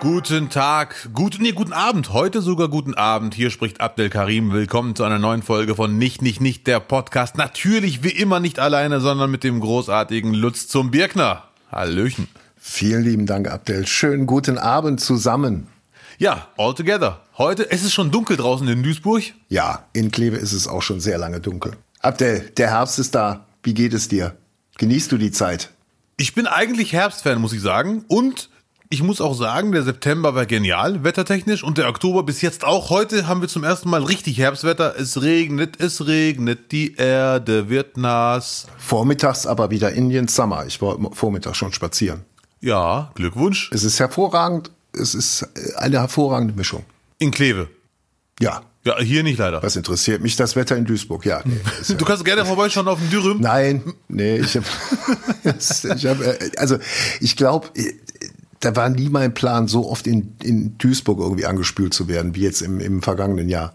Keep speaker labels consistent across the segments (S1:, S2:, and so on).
S1: Guten Tag, guten, nee, guten Abend, heute sogar guten Abend. Hier spricht Abdel Karim. Willkommen zu einer neuen Folge von Nicht, Nicht, Nicht, der Podcast. Natürlich wie immer nicht alleine, sondern mit dem großartigen Lutz zum Birkner. Hallöchen.
S2: Vielen lieben Dank, Abdel. Schönen guten Abend zusammen.
S1: Ja, all together. Heute, es ist schon dunkel draußen in Duisburg.
S2: Ja, in Kleve ist es auch schon sehr lange dunkel. Abdel, der Herbst ist da. Wie geht es dir? Genießt du die Zeit?
S1: Ich bin eigentlich Herbstfan, muss ich sagen. Und ich muss auch sagen, der September war genial, wettertechnisch. Und der Oktober bis jetzt auch. Heute haben wir zum ersten Mal richtig Herbstwetter. Es regnet, es regnet, die Erde wird nass.
S2: Vormittags aber wieder Indian Summer. Ich war vormittags schon spazieren.
S1: Ja, Glückwunsch.
S2: Es ist hervorragend. Es ist äh, eine hervorragende Mischung.
S1: In Kleve.
S2: Ja.
S1: Ja, hier nicht leider.
S2: Was interessiert mich das Wetter in Duisburg? Ja. nee, ist ja-
S1: Du kannst gerne vorbeischauen auf dem Dürüm.
S2: Nein, nee, ich habe, ich hab, äh, also ich glaube, da war nie mein Plan, so oft in, in Duisburg irgendwie angespült zu werden, wie jetzt im, im vergangenen Jahr.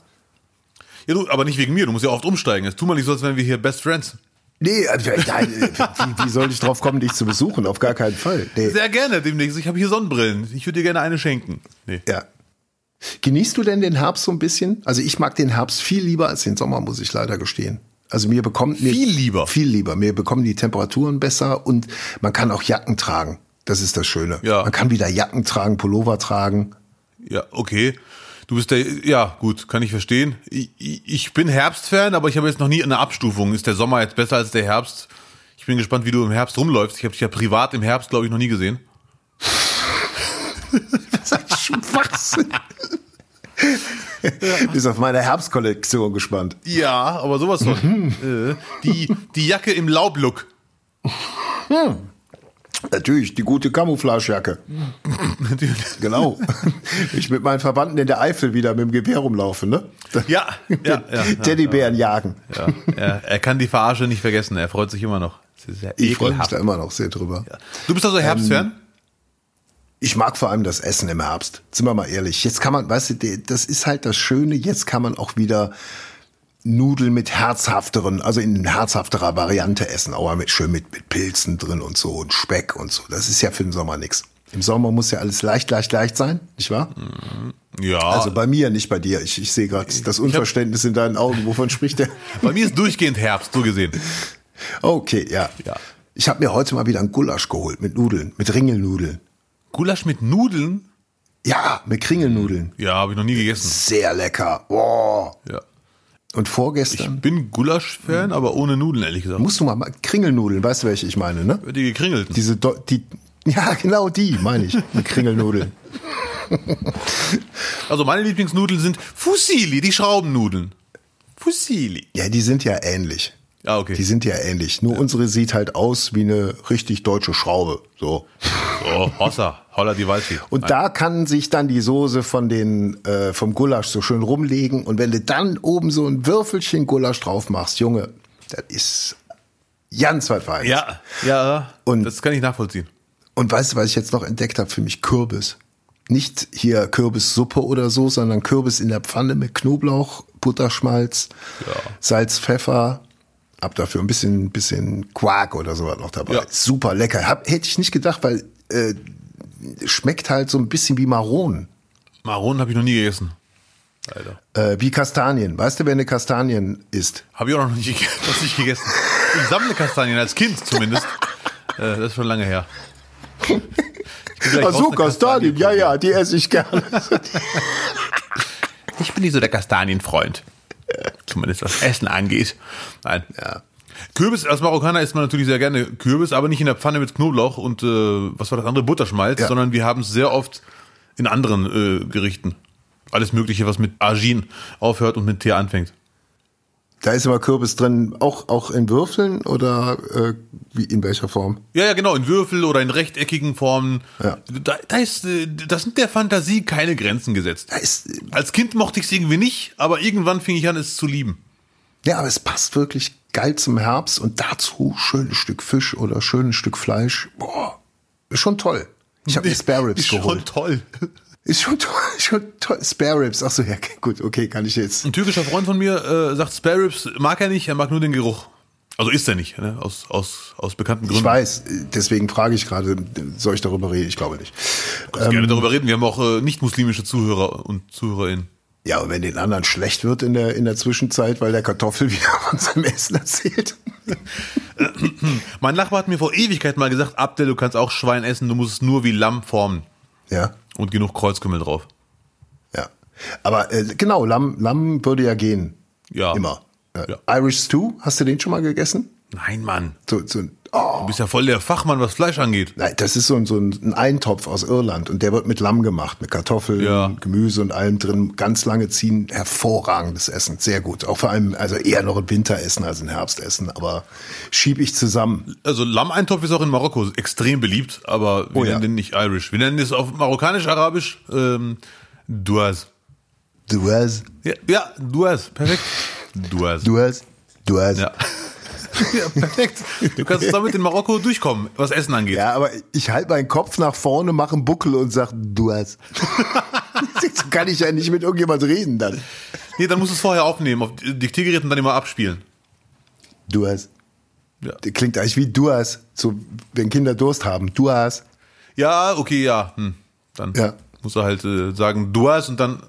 S1: Ja, du, aber nicht wegen mir. Du musst ja oft umsteigen. Es tu mal nicht so, als wären wir hier Best Friends.
S2: Nee, äh, nein, äh, wie, wie soll ich drauf kommen, dich zu besuchen? Auf gar keinen Fall. Nee,
S1: Sehr gerne demnächst. Ich habe hier Sonnenbrillen. Ich würde dir gerne eine schenken. Nee.
S2: ja. Genießt du denn den Herbst so ein bisschen? Also ich mag den Herbst viel lieber als den Sommer, muss ich leider gestehen. Also mir bekommt mir,
S1: Viel lieber?
S2: viel lieber. Mir bekommen die Temperaturen besser und man kann auch Jacken tragen. Das ist das Schöne.
S1: Ja.
S2: Man kann wieder Jacken tragen, Pullover tragen.
S1: Ja, okay. Du bist der, ja, gut, kann ich verstehen. Ich, ich ich bin Herbstfan, aber ich habe jetzt noch nie eine Abstufung. Ist der Sommer jetzt besser als der Herbst? Ich bin gespannt, wie du im Herbst rumläufst. Ich habe dich ja privat im Herbst, glaube ich, noch nie gesehen.
S2: Schwachsinn. Bist auf meine Herbstkollektion gespannt.
S1: Ja, aber sowas von. äh, die, die Jacke im Laublook.
S2: Natürlich, die gute Camouflagejacke. Genau. ich mit meinen Verwandten in der Eifel wieder mit dem Gewehr rumlaufen, ne?
S1: Ja, ja, ja.
S2: Teddybären jagen.
S1: ja. Er, er kann die Verarsche nicht vergessen. Er freut sich immer noch. Es ist ja
S2: Ich freue mich
S1: ekelhaft.
S2: da immer noch sehr drüber.
S1: Du bist also Herbstfan?
S2: Ich mag vor allem das Essen im Herbst. Sind wir mal ehrlich. Jetzt kann man, weißt du, de- das ist halt das Schöne. Jetzt kann man auch wieder Nudeln mit herzhafteren, also in herzhafterer Variante essen. Auch mal mit, schön mit, mit Pilzen drin und so und Speck und so. Das ist ja für den Sommer nichts. Im Sommer muss ja alles leicht, leicht, leicht sein, nicht wahr?
S1: ja.
S2: Also bei mir, nicht bei dir. Ich, ich sehe gerade das Unverständnis in deinen Augen. Wovon spricht der?
S1: Bei mir ist durchgehend Herbst, so gesehen.
S2: Okay, ja.
S1: Ja.
S2: Ich habe mir heute mal wieder einen Gulasch geholt mit Nudeln, mit Ringelnudeln.
S1: Gulasch mit Nudeln?
S2: Ja, mit Kringelnudeln.
S1: Ja, habe ich noch nie gegessen.
S2: Sehr lecker. Boah.
S1: Ja.
S2: Und vorgestern
S1: Bin Gulasch-Fan, aber ohne Nudeln, ehrlich gesagt.
S2: musst du mal mal Kringelnudeln, weißt du, welche ich meine, ne?
S1: Die gekringelten.
S2: Diese Do die ja, genau die, meine ich, die Kringelnudeln.
S1: Also meine Lieblingsnudeln sind Fusilli, die Schraubennudeln. Fusilli.
S2: Ja, die sind ja ähnlich.
S1: Ah, okay.
S2: Die sind ja ähnlich, nur unsere sieht halt aus wie eine richtig deutsche Schraube, so.
S1: Oh, Hossa. Holla die Waldfee.
S2: Und da kann sich dann die Soße von den äh, vom Gulasch so schön rumlegen und wenn du dann oben so ein Würfelchen Gulasch drauf machst, Junge, das ist ganz weit weit.
S1: Ja, ja.
S2: Und-
S1: das kann ich nachvollziehen.
S2: Und weißt du, was ich jetzt noch entdeckt habe für mich? Kürbis. Nicht hier Kürbissuppe oder so, sondern Kürbis in der Pfanne mit Knoblauch, Butterschmalz, Salz, Pfeffer. Ab dafür ein bisschen, bisschen Quark oder sowas noch dabei.
S1: Ja.
S2: Super lecker. Hab, hätte ich nicht gedacht, weil äh, schmeckt halt so ein bisschen wie Maronen.
S1: Maronen habe ich noch nie gegessen. Leider.
S2: Äh, wie Kastanien. Weißt du, wenn du Kastanien isst?
S1: Habe ich auch noch nicht, gege- noch nicht gegessen. Ich sammle Kastanien, als Kind zumindest. äh, das ist schon lange her. Ich bin gleich raus mit Kastanien.
S2: Also ja, ja, die esse ich gerne.
S1: Ich bin nicht so der Kastanienfreund. Zumindest was Essen angeht. Nein.
S2: Ja.
S1: Kürbis, als Marokkaner isst man natürlich sehr gerne Kürbis, aber nicht in der Pfanne mit Knoblauch und äh, was war das andere? Butterschmalz,
S2: Ja.
S1: sondern wir haben es sehr oft in anderen äh, Gerichten. Alles Mögliche, was mit Argin aufhört und mit Tee anfängt.
S2: da ist immer Kürbis drin, auch, auch in Würfeln oder äh, wie, in welcher Form?
S1: Ja, ja, genau, in Würfel oder in rechteckigen Formen.
S2: Ja.
S1: Da, da ist, äh, das sind der Fantasie keine Grenzen gesetzt.
S2: Da ist,
S1: Als Kind mochte ich es irgendwie nicht, aber irgendwann fing ich an, es zu lieben.
S2: Ja, aber es passt wirklich geil zum Herbst und dazu schönes Stück Fisch oder schönes Stück Fleisch. Boah, ist schon toll. Ich habe mir Spare Ribs
S1: Ist schon
S2: geholt.
S1: toll.
S2: Ist schon toll, ist schon toll. Spare Ribs. Ach so, ja, gut, okay, kann ich jetzt.
S1: Ein türkischer Freund von mir äh, sagt, Spare Ribs mag er nicht, er mag nur den Geruch. Also ist er nicht, ne? aus, aus, aus bekannten Gründen.
S2: Ich weiß, deswegen frage ich gerade, soll ich darüber reden? Ich glaube nicht.
S1: Kannst gerne
S2: ähm,
S1: darüber reden. Wir haben auch äh, nicht-muslimische Zuhörer und ZuhörerInnen.
S2: Ja, und wenn den anderen schlecht wird in der, in der Zwischenzeit, weil der Kartoffel wieder von seinem Essen erzählt.
S1: Hm. Mein Nachbar hat mir vor Ewigkeit mal gesagt, Abdel, du kannst auch Schwein essen, du musst es nur wie Lamm formen.
S2: Ja,
S1: Und genug Kreuzkümmel drauf.
S2: ja. Aber äh, genau, Lamm, Lamm würde ja gehen.
S1: Ja.
S2: Immer. Äh,
S1: Ja.
S2: Irish Stew, hast du den schon mal gegessen?
S1: Nein, Mann.
S2: So, so, ein- oh,
S1: Du bist ja voll der Fachmann, was Fleisch angeht.
S2: nein, das ist so ein, so ein Eintopf aus Irland und der wird mit Lamm gemacht, mit Kartoffeln,
S1: Ja.
S2: Gemüse und allem drin. Ganz lange ziehen, hervorragendes Essen, sehr gut. Auch vor allem, also eher noch ein Winteressen als ein Herbstessen, aber schieb ich zusammen.
S1: Also Lammeintopf ist auch in Marokko extrem beliebt, aber wir
S2: Oh ja.
S1: nennen den nicht Irish. Wir nennen es auf marokkanisch-arabisch ähm, Duas.
S2: Du hast,
S1: Ja, ja, Duas, perfekt. Duas.
S2: du hast, du hast.
S1: Ja. ja, perfekt. Du kannst damit in Marokko durchkommen, was Essen angeht.
S2: Ja, aber ich halte meinen Kopf nach vorne, mache einen Buckel und sage, du hast. so kann ich ja nicht mit irgendjemand reden dann.
S1: Nee, dann musst du es vorher aufnehmen, auf Diktiergerät und dann immer abspielen.
S2: Du hast.
S1: Ja.
S2: Das Klingt eigentlich wie du hast, so, wenn Kinder Durst haben. Du hast.
S1: Ja, okay, ja. Hm. Dann
S2: Ja.
S1: musst du halt äh, sagen Duas und dann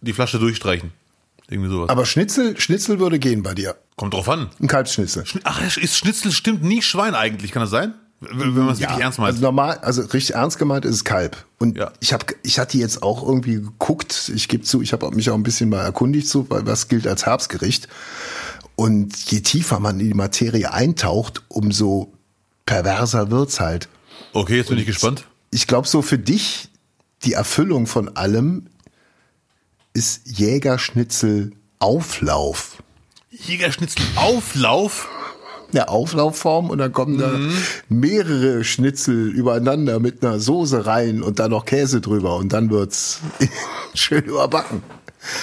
S1: die Flasche durchstreichen. Irgendwie sowas.
S2: Aber Schnitzel, Schnitzel würde gehen bei dir.
S1: Kommt drauf an.
S2: Ein Kalbsschnitzel.
S1: Ach, ist Schnitzel stimmt nie Schwein eigentlich, kann das sein? Wenn wenn man es wirklich ernst meint.
S2: Also normal, also richtig ernst gemeint ist es Kalb. Und
S1: Ja.
S2: ich habe, ich hatte jetzt auch irgendwie geguckt. Ich gebe zu, ich habe mich auch ein bisschen mal erkundigt, so, weil was gilt als Herbstgericht. Und je tiefer man in die Materie eintaucht, umso perverser wird's halt.
S1: Okay, jetzt bin ich gespannt.
S2: Ich glaube, so für dich die Erfüllung von allem ist Jägerschnitzel Auflauf.
S1: Jägerschnitzel Auflauf.
S2: eine Auflaufform und dann kommen
S1: Mhm.
S2: da mehrere Schnitzel übereinander mit einer Soße rein und dann noch Käse drüber und dann wird's schön überbacken.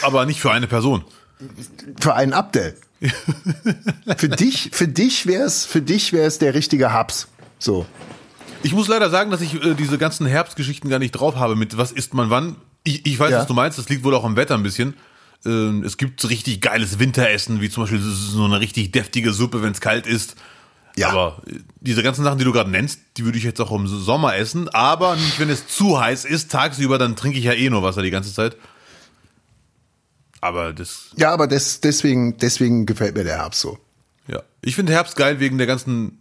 S1: Aber nicht für eine Person.
S2: Für einen Abdel. für dich, für dich wär's, für dich wär's der richtige Haps. So.
S1: Ich muss leider sagen, dass ich äh, diese ganzen Herbstgeschichten gar nicht drauf habe mit was isst man wann. Ich, ich weiß,
S2: Ja.
S1: was du meinst, das liegt wohl auch am Wetter ein bisschen. Ähm, es gibt so richtig geiles Winteressen, wie zum Beispiel so eine richtig deftige Suppe, wenn es kalt ist.
S2: Ja.
S1: Aber äh, diese ganzen Sachen, die du gerade nennst, die würde ich jetzt auch im Sommer essen, aber nicht, wenn es zu heiß ist. Tagsüber, dann trinke ich ja eh nur Wasser die ganze Zeit. Aber das,
S2: Ja, aber des, deswegen, deswegen gefällt mir der Herbst so.
S1: ja. Ich finde Herbst geil wegen der ganzen,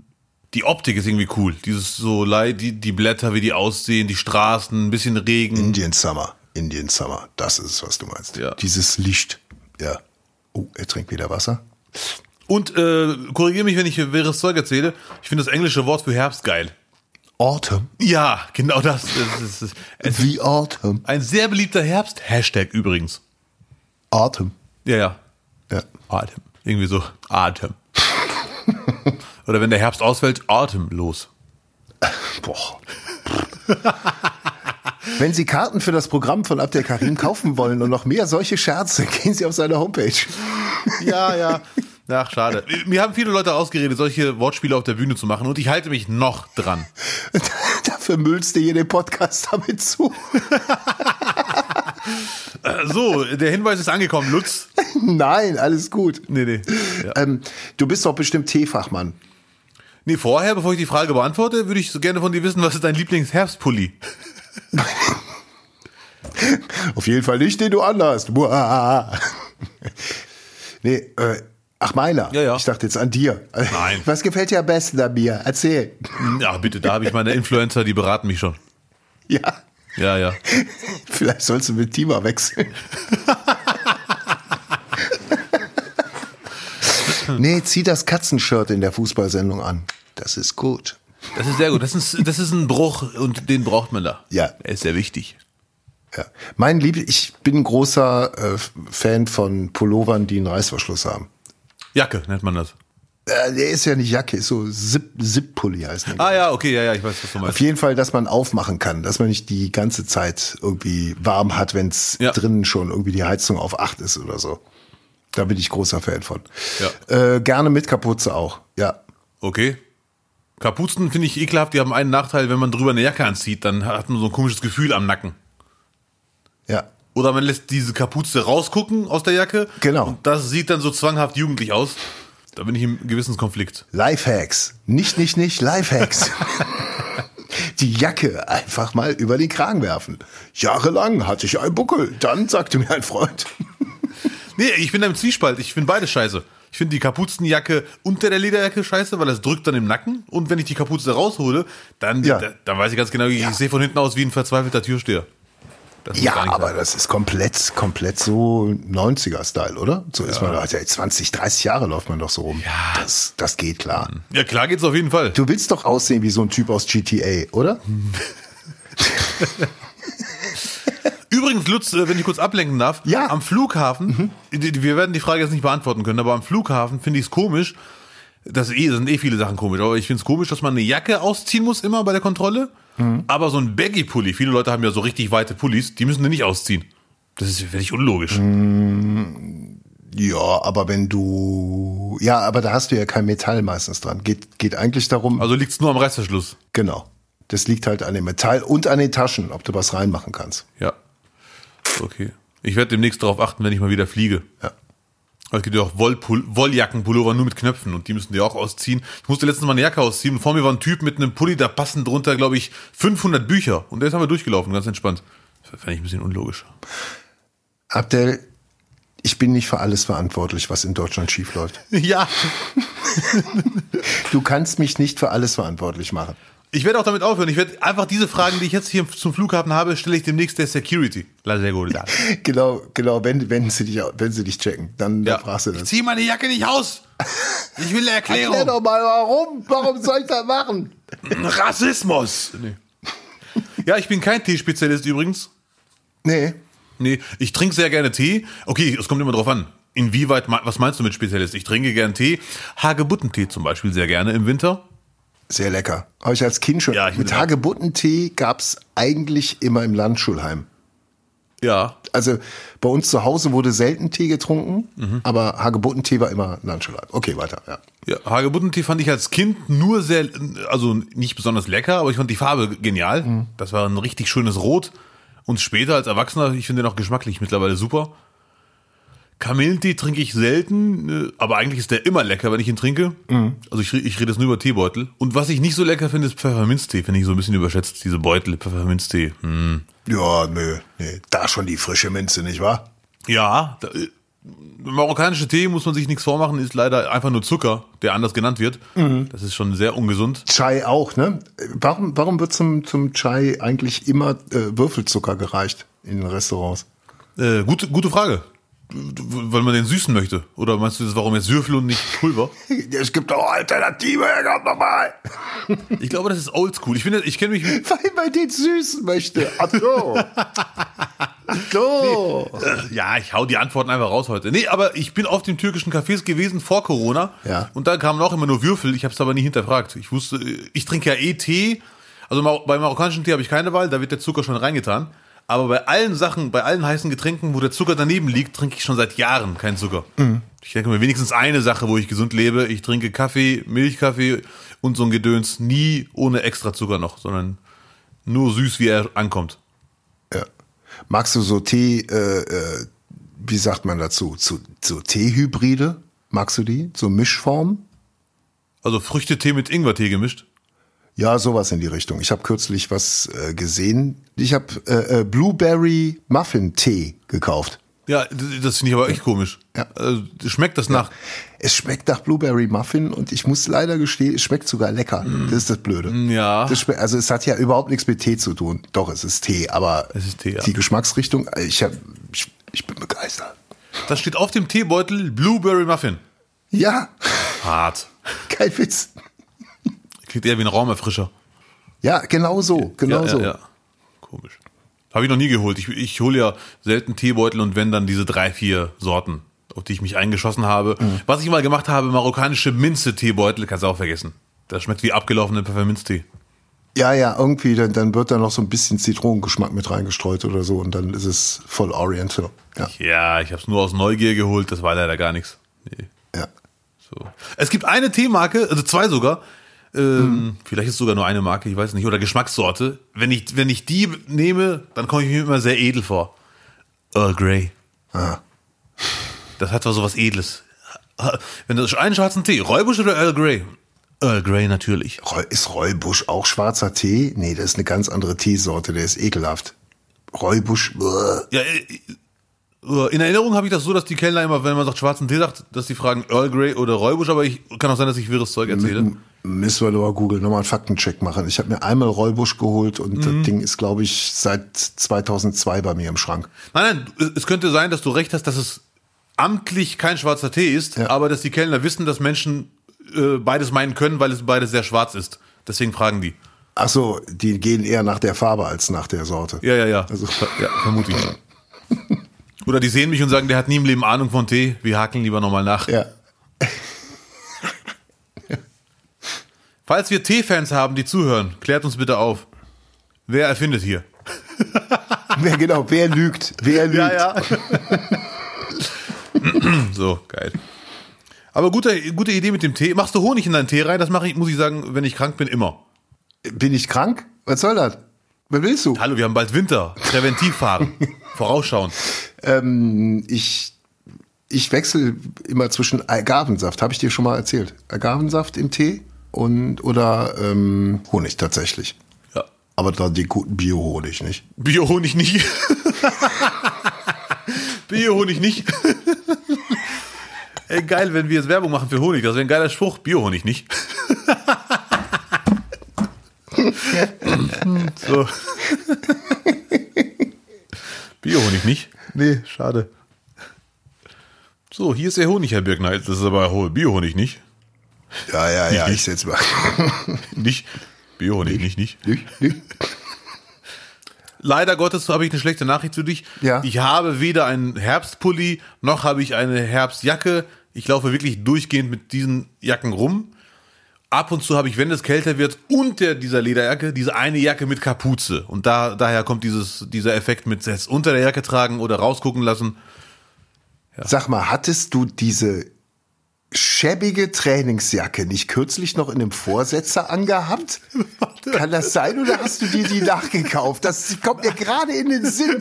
S1: die Optik ist irgendwie cool. Dieses so, lei- die, die Blätter, wie die aussehen, die Straßen, ein bisschen Regen.
S2: Indian Summer. Indian Summer. Das ist es, was du meinst.
S1: Ja.
S2: Dieses Licht. Ja. Oh, er trinkt wieder Wasser.
S1: Und äh, korrigiere mich, wenn ich hier wirres Zeug erzähle. Ich finde das englische Wort für Herbst geil.
S2: Autumn.
S1: Ja, genau das. Es ist, es ist es ist
S2: The Autumn.
S1: ein sehr beliebter Herbst. Hashtag übrigens.
S2: Autumn.
S1: Ja, ja.
S2: Ja.
S1: Atem. Irgendwie so. Atem. Oder wenn der Herbst ausfällt, atemlos.
S2: Boah. Wenn Sie Karten für das Programm von Abdel Karim kaufen wollen und noch mehr solche Scherze, gehen Sie auf seine Homepage.
S1: Ja, ja. Ach, schade. Mir haben viele Leute ausgeredet, solche Wortspiele auf der Bühne zu machen und ich halte mich noch dran.
S2: Dafür müllst du hier den Podcast damit zu.
S1: Äh, So, der Hinweis ist angekommen, Lutz.
S2: Nein, alles gut.
S1: Nee, nee. Ja.
S2: Ähm, du bist doch bestimmt Teefachmann.
S1: Nee, vorher, bevor ich die Frage beantworte, würde ich so gerne von dir wissen, was ist dein Lieblingsherbstpulli?
S2: Auf jeden Fall nicht, den du anhast. Buah. Nee, äh, ach meiner.
S1: Ja, ja.
S2: Ich dachte jetzt an dir.
S1: Nein.
S2: Was gefällt dir am besten an mir? Erzähl.
S1: Ja, bitte, da habe ich meine Influencer, die beraten mich schon.
S2: Ja.
S1: Ja, ja.
S2: Vielleicht sollst du mit Tima wechseln. nee, zieh das Katzenshirt in der Fußballsendung an. Das ist gut.
S1: Das ist sehr gut. Das ist, das ist ein Bruch und den braucht man da.
S2: Ja.
S1: Er ist sehr wichtig.
S2: Ja. Mein Lieb, ich bin ein großer äh, Fan von Pullovern, die einen Reißverschluss haben.
S1: Jacke nennt man das.
S2: Äh, der ist ja nicht Jacke, ist so Zip- Zip-Pulli heißt der.
S1: Ah ja, okay, ja, ja, ich weiß, was du
S2: Auf
S1: meinst.
S2: jeden Fall, dass man aufmachen kann, dass man nicht die ganze Zeit irgendwie warm hat, wenn es
S1: Ja.
S2: drinnen schon irgendwie die Heizung auf acht ist oder so. Da bin ich großer Fan von. Äh, gerne mit Kapuze auch. Ja.
S1: Okay. Kapuzen finde ich ekelhaft, die haben einen Nachteil, wenn man drüber eine Jacke anzieht, dann hat man so ein komisches Gefühl am Nacken.
S2: Ja.
S1: Oder man lässt diese Kapuze rausgucken aus der Jacke.
S2: Genau.
S1: Und das sieht dann so zwanghaft jugendlich aus. Da bin ich im Gewissenskonflikt.
S2: Lifehacks. Nicht, nicht, nicht, Lifehacks. Die Jacke einfach mal über den Kragen werfen. Jahrelang hatte ich einen Buckel. Dann sagte mir ein Freund.
S1: Nee, ich bin da im Zwiespalt. Ich finde beide scheiße. Ich finde die Kapuzenjacke unter der Lederjacke scheiße, weil das drückt dann im Nacken. Und wenn ich die Kapuze raushole, dann,
S2: Ja.
S1: da, dann weiß ich ganz genau, ich
S2: Ja.
S1: sehe von hinten aus wie ein verzweifelter Türsteher. Das muss
S2: Ja,
S1: gar nicht
S2: aber
S1: sein.
S2: das ist komplett, komplett so 90er-Style, oder? So ist man doch, ja, 20, 30 Jahre läuft man doch so rum. Ja. Mhm. Das, das geht klar.
S1: Ja, klar geht's auf jeden Fall.
S2: Du willst doch aussehen wie so ein Typ aus GTA, oder?
S1: Übrigens, Lutz, äh, wenn ich kurz ablenken darf,
S2: Ja.
S1: am Flughafen, die- die- wir werden die Frage jetzt nicht beantworten können, aber am Flughafen finde ich es komisch, das eh, sind eh viele Sachen komisch, aber ich finde es komisch, dass man eine Jacke ausziehen muss immer bei der Kontrolle, aber so ein Baggy-Pulli, viele Leute haben ja so richtig weite Pullis, die müssen den nicht ausziehen. Das ist völlig unlogisch.
S2: Ja, aber wenn du, ja, aber da hast du ja kein Metall meistens dran. Geht, geht eigentlich darum,
S1: Also liegt es nur am Reißverschluss.
S2: genau. Das liegt halt an dem Metall und an den Taschen, ob du was reinmachen kannst.
S1: Ja. Okay. Ich werde demnächst darauf achten, wenn ich mal wieder fliege.
S2: Ja.
S1: Aber Es gibt ja auch Wollpul Wolljackenpullover nur mit Knöpfen und die müssen die auch ausziehen. Ich musste letztens mal eine Jacke ausziehen und vor mir war ein Typ mit einem Pulli, da passen drunter, glaube ich, 500 Bücher. Und der ist aber durchgelaufen, ganz entspannt. Das fand ich ein bisschen unlogisch.
S2: Abdel, ich bin nicht für alles verantwortlich, was in Deutschland schief läuft.
S1: ja.
S2: Du kannst mich nicht für alles verantwortlich machen.
S1: Ich werde auch damit aufhören. Ich werde einfach diese Fragen, die ich jetzt hier zum Flughafen habe, stelle ich demnächst der Security. La Seguridad.
S2: Genau, genau, wenn, wenn sie dich, wenn sie dich checken, dann, dann fragst du
S1: Ich
S2: das.
S1: ziehe meine Jacke nicht aus. Ich will eine Erklärung.
S2: Erklär doch mal warum, warum soll ich das machen?
S1: Rassismus. Nee. Ja, ich bin kein Teespezialist übrigens.
S2: Nee,
S1: Nee, ich trinke sehr gerne Tee. Okay, es kommt immer drauf an. Inwieweit, me- was meinst du mit Spezialist? Ich trinke gern Tee. Hagebuttentee zum Beispiel sehr gerne im Winter.
S2: sehr lecker. Habe ich als Kind schon.
S1: Ja, ich
S2: Mit
S1: bin-
S2: Hagebuttentee gab's eigentlich immer im Landschulheim.
S1: Ja.
S2: Also bei uns zu Hause wurde selten Tee getrunken,
S1: Mhm.
S2: aber Hagebuttentee war immer Landschulheim. Okay, weiter, ja.
S1: ja. Hagebuttentee fand ich als Kind nur sehr, also nicht besonders lecker, aber ich fand die Farbe genial. Das war ein richtig schönes Rot. Und später als Erwachsener, ich finde den auch geschmacklich mittlerweile super. Kamillentee trinke ich selten, äh, aber eigentlich ist der immer lecker, wenn ich ihn trinke. Also ich, re- ich rede jetzt nur über Teebeutel. Und was ich nicht so lecker finde, ist Pfefferminztee. Finde ich so ein bisschen überschätzt, diese Beutel, Pfefferminztee. Hm.
S2: Ja, nö, nee. Da schon die frische Minze, nicht wahr?
S1: Ja, da, äh, marokkanische Tee, muss man sich nichts vormachen, ist leider einfach nur Zucker, der anders genannt wird. Das ist schon sehr ungesund.
S2: Chai auch, ne? Warum, warum wird zum, zum Chai eigentlich immer äh, Würfelzucker gereicht in Restaurants?
S1: Äh, gute, gute Frage. W- w- Weil man den süßen möchte. Oder meinst du das, warum jetzt Würfel und nicht Pulver?
S2: Es gibt auch Alternative, kommt nochmal.
S1: Ich glaube, das ist oldschool. Ich finde, ich kenne mich mit
S2: Weil man den süßen möchte. Ach so. Ach so.
S1: Ja, ich hau die Antworten einfach raus heute. Nee, aber ich bin auf den türkischen Cafés gewesen vor Corona.
S2: Ja.
S1: Und da kamen auch immer nur Würfel. Ich habe es aber nie hinterfragt. Ich wusste, äh, ich trinke ja eh Tee. Also mar- bei marokkanischen Tee habe ich keine Wahl, da wird der Zucker schon reingetan. Aber bei allen Sachen, bei allen heißen Getränken, wo der Zucker daneben liegt, trinke ich schon seit Jahren keinen Zucker. Ich denke mir wenigstens eine Sache, wo ich gesund lebe. Ich trinke Kaffee, Milchkaffee und so ein Gedöns nie ohne extra Zucker noch, sondern nur süß, wie er ankommt.
S2: Ja. Magst du so Tee, äh, äh, wie sagt man dazu? Zu, so Teehybride? Magst du die? So Mischformen?
S1: Also Früchtetee mit Ingwertee gemischt.
S2: Ja, sowas in die Richtung. Ich habe kürzlich was äh, gesehen. Ich habe äh, äh, Blueberry Muffin Tee gekauft.
S1: Ja, d- das finde ich aber echt komisch.
S2: Ja.
S1: Also, schmeckt das nach?
S2: Es schmeckt nach Blueberry Muffin und ich muss leider gestehen, es schmeckt sogar lecker. Das ist das Blöde.
S1: ja.
S2: Das schmeckt, also es hat ja überhaupt nichts mit Tee zu tun. Doch, es ist Tee, aber
S1: Es ist Tee, ja.
S2: die Geschmacksrichtung, äh, ich, hab, ich, ich bin begeistert.
S1: Das steht auf dem Teebeutel Blueberry Muffin.
S2: Ja,
S1: Hart.
S2: kein Witz.
S1: Klingt eher wie ein Raumerfrischer.
S2: Ja, genau so, genau so.
S1: Komisch. Habe ich noch nie geholt. Ich, ich hole ja selten Teebeutel und wenn dann diese drei, vier Sorten, auf die ich mich eingeschossen habe.
S2: Mhm.
S1: Was ich mal gemacht habe, marokkanische Minze-Teebeutel, kannst du auch vergessen. Das schmeckt wie abgelaufene Pfefferminztee.
S2: Ja, ja, irgendwie, dann, dann wird da noch so ein bisschen Zitronengeschmack mit reingestreut oder so und dann ist es voll Oriental. Ja,
S1: Ja, ich habe es nur aus Neugier geholt, das war leider gar nichts. Nee.
S2: ja.
S1: So. Es gibt eine Teemarke, also zwei sogar. Ähm, Vielleicht ist es sogar nur eine Marke, ich weiß nicht. Oder Geschmackssorte. Wenn ich, wenn ich die nehme, dann komme ich mir immer sehr edel vor. Earl Grey.
S2: Ah.
S1: Das hat zwar sowas Edles. Wenn du einen schwarzen Tee, Räubusch oder Earl Grey? Earl Grey natürlich.
S2: Roll- Ist Rollbusch auch schwarzer Tee? Nee, das ist eine ganz andere Teesorte, der ist ekelhaft. Rollbusch, bäh.
S1: Ja, äh, äh, in Erinnerung habe ich das so, dass die Kellner immer, wenn man sagt schwarzen Tee sagt, dass die fragen Earl Grey oder Räubusch, aber ich kann auch sein, dass ich wirres Zeug erzähle.
S2: müssen wir über Google nochmal einen Faktencheck machen. Ich habe mir einmal Rollbusch geholt und
S1: Mhm.
S2: das Ding ist, glaube ich, seit 2002 bei mir im Schrank.
S1: Nein, nein, es könnte sein, dass du recht hast, dass es amtlich kein schwarzer Tee ist,
S2: Ja.
S1: aber dass die Kellner wissen, dass Menschen äh, beides meinen können, weil es beides sehr schwarz ist. Deswegen fragen die.
S2: Ach so, die gehen eher nach der Farbe als nach der Sorte.
S1: Ja, ja, ja.
S2: Also-
S1: Ver- ja vermute ich. Oder die sehen mich und sagen, der hat nie im Leben Ahnung von Tee. Wir hakeln lieber nochmal nach.
S2: Ja.
S1: Falls wir Tee-Fans haben, die zuhören, klärt uns bitte auf. Wer erfindet hier?
S2: Wer genau, wer lügt? Wer lügt?
S1: ja. so, geil. Aber gute, gute Idee mit dem Tee. Machst du Honig in deinen Tee rein? Das mache ich, muss ich sagen, wenn ich krank bin, immer.
S2: Bin ich krank? Was soll das? Was willst du?
S1: Hallo, wir haben bald Winter. Präventiv fahren. Vorausschauen.
S2: Ich, ich wechsle immer zwischen Agavensaft, habe ich dir schon mal erzählt. Agavensaft im Tee und oder ähm, Honig tatsächlich.
S1: Ja.
S2: Aber dann den guten Bio-Honig, nicht?
S1: Bio-Honig nicht. Bio-Honig nicht. Ey, geil, wenn wir jetzt Werbung machen für Honig. Das wäre ein geiler Spruch. Bio-Honig nicht. so. Bio-Honig nicht.
S2: Nee, schade.
S1: So, hier ist der Honig, Herr Birkner. Das ist aber ho- Bio-Honig nicht.
S2: Ja, ja, ja,
S1: Nicht.
S2: ich setz mal.
S1: Nicht. Bio-Honig nicht, nicht.
S2: Nicht? Nicht?
S1: Leider Gottes habe ich eine schlechte Nachricht für dich.
S2: Ja.
S1: Ich habe weder einen Herbstpulli noch habe ich eine Herbstjacke. Ich laufe wirklich durchgehend mit diesen Jacken rum. Ab und zu habe ich, wenn es kälter wird, unter dieser Lederjacke diese eine Jacke mit Kapuze. Und da, daher kommt dieses, dieser Effekt mit jetzt unter der Jacke tragen oder rausgucken lassen.
S2: Sag mal, hattest du diese schäbige Trainingsjacke nicht kürzlich noch in einem Vorsätzer angehabt? Kann das sein oder hast du dir die nachgekauft? Das kommt mir gerade in den Sinn.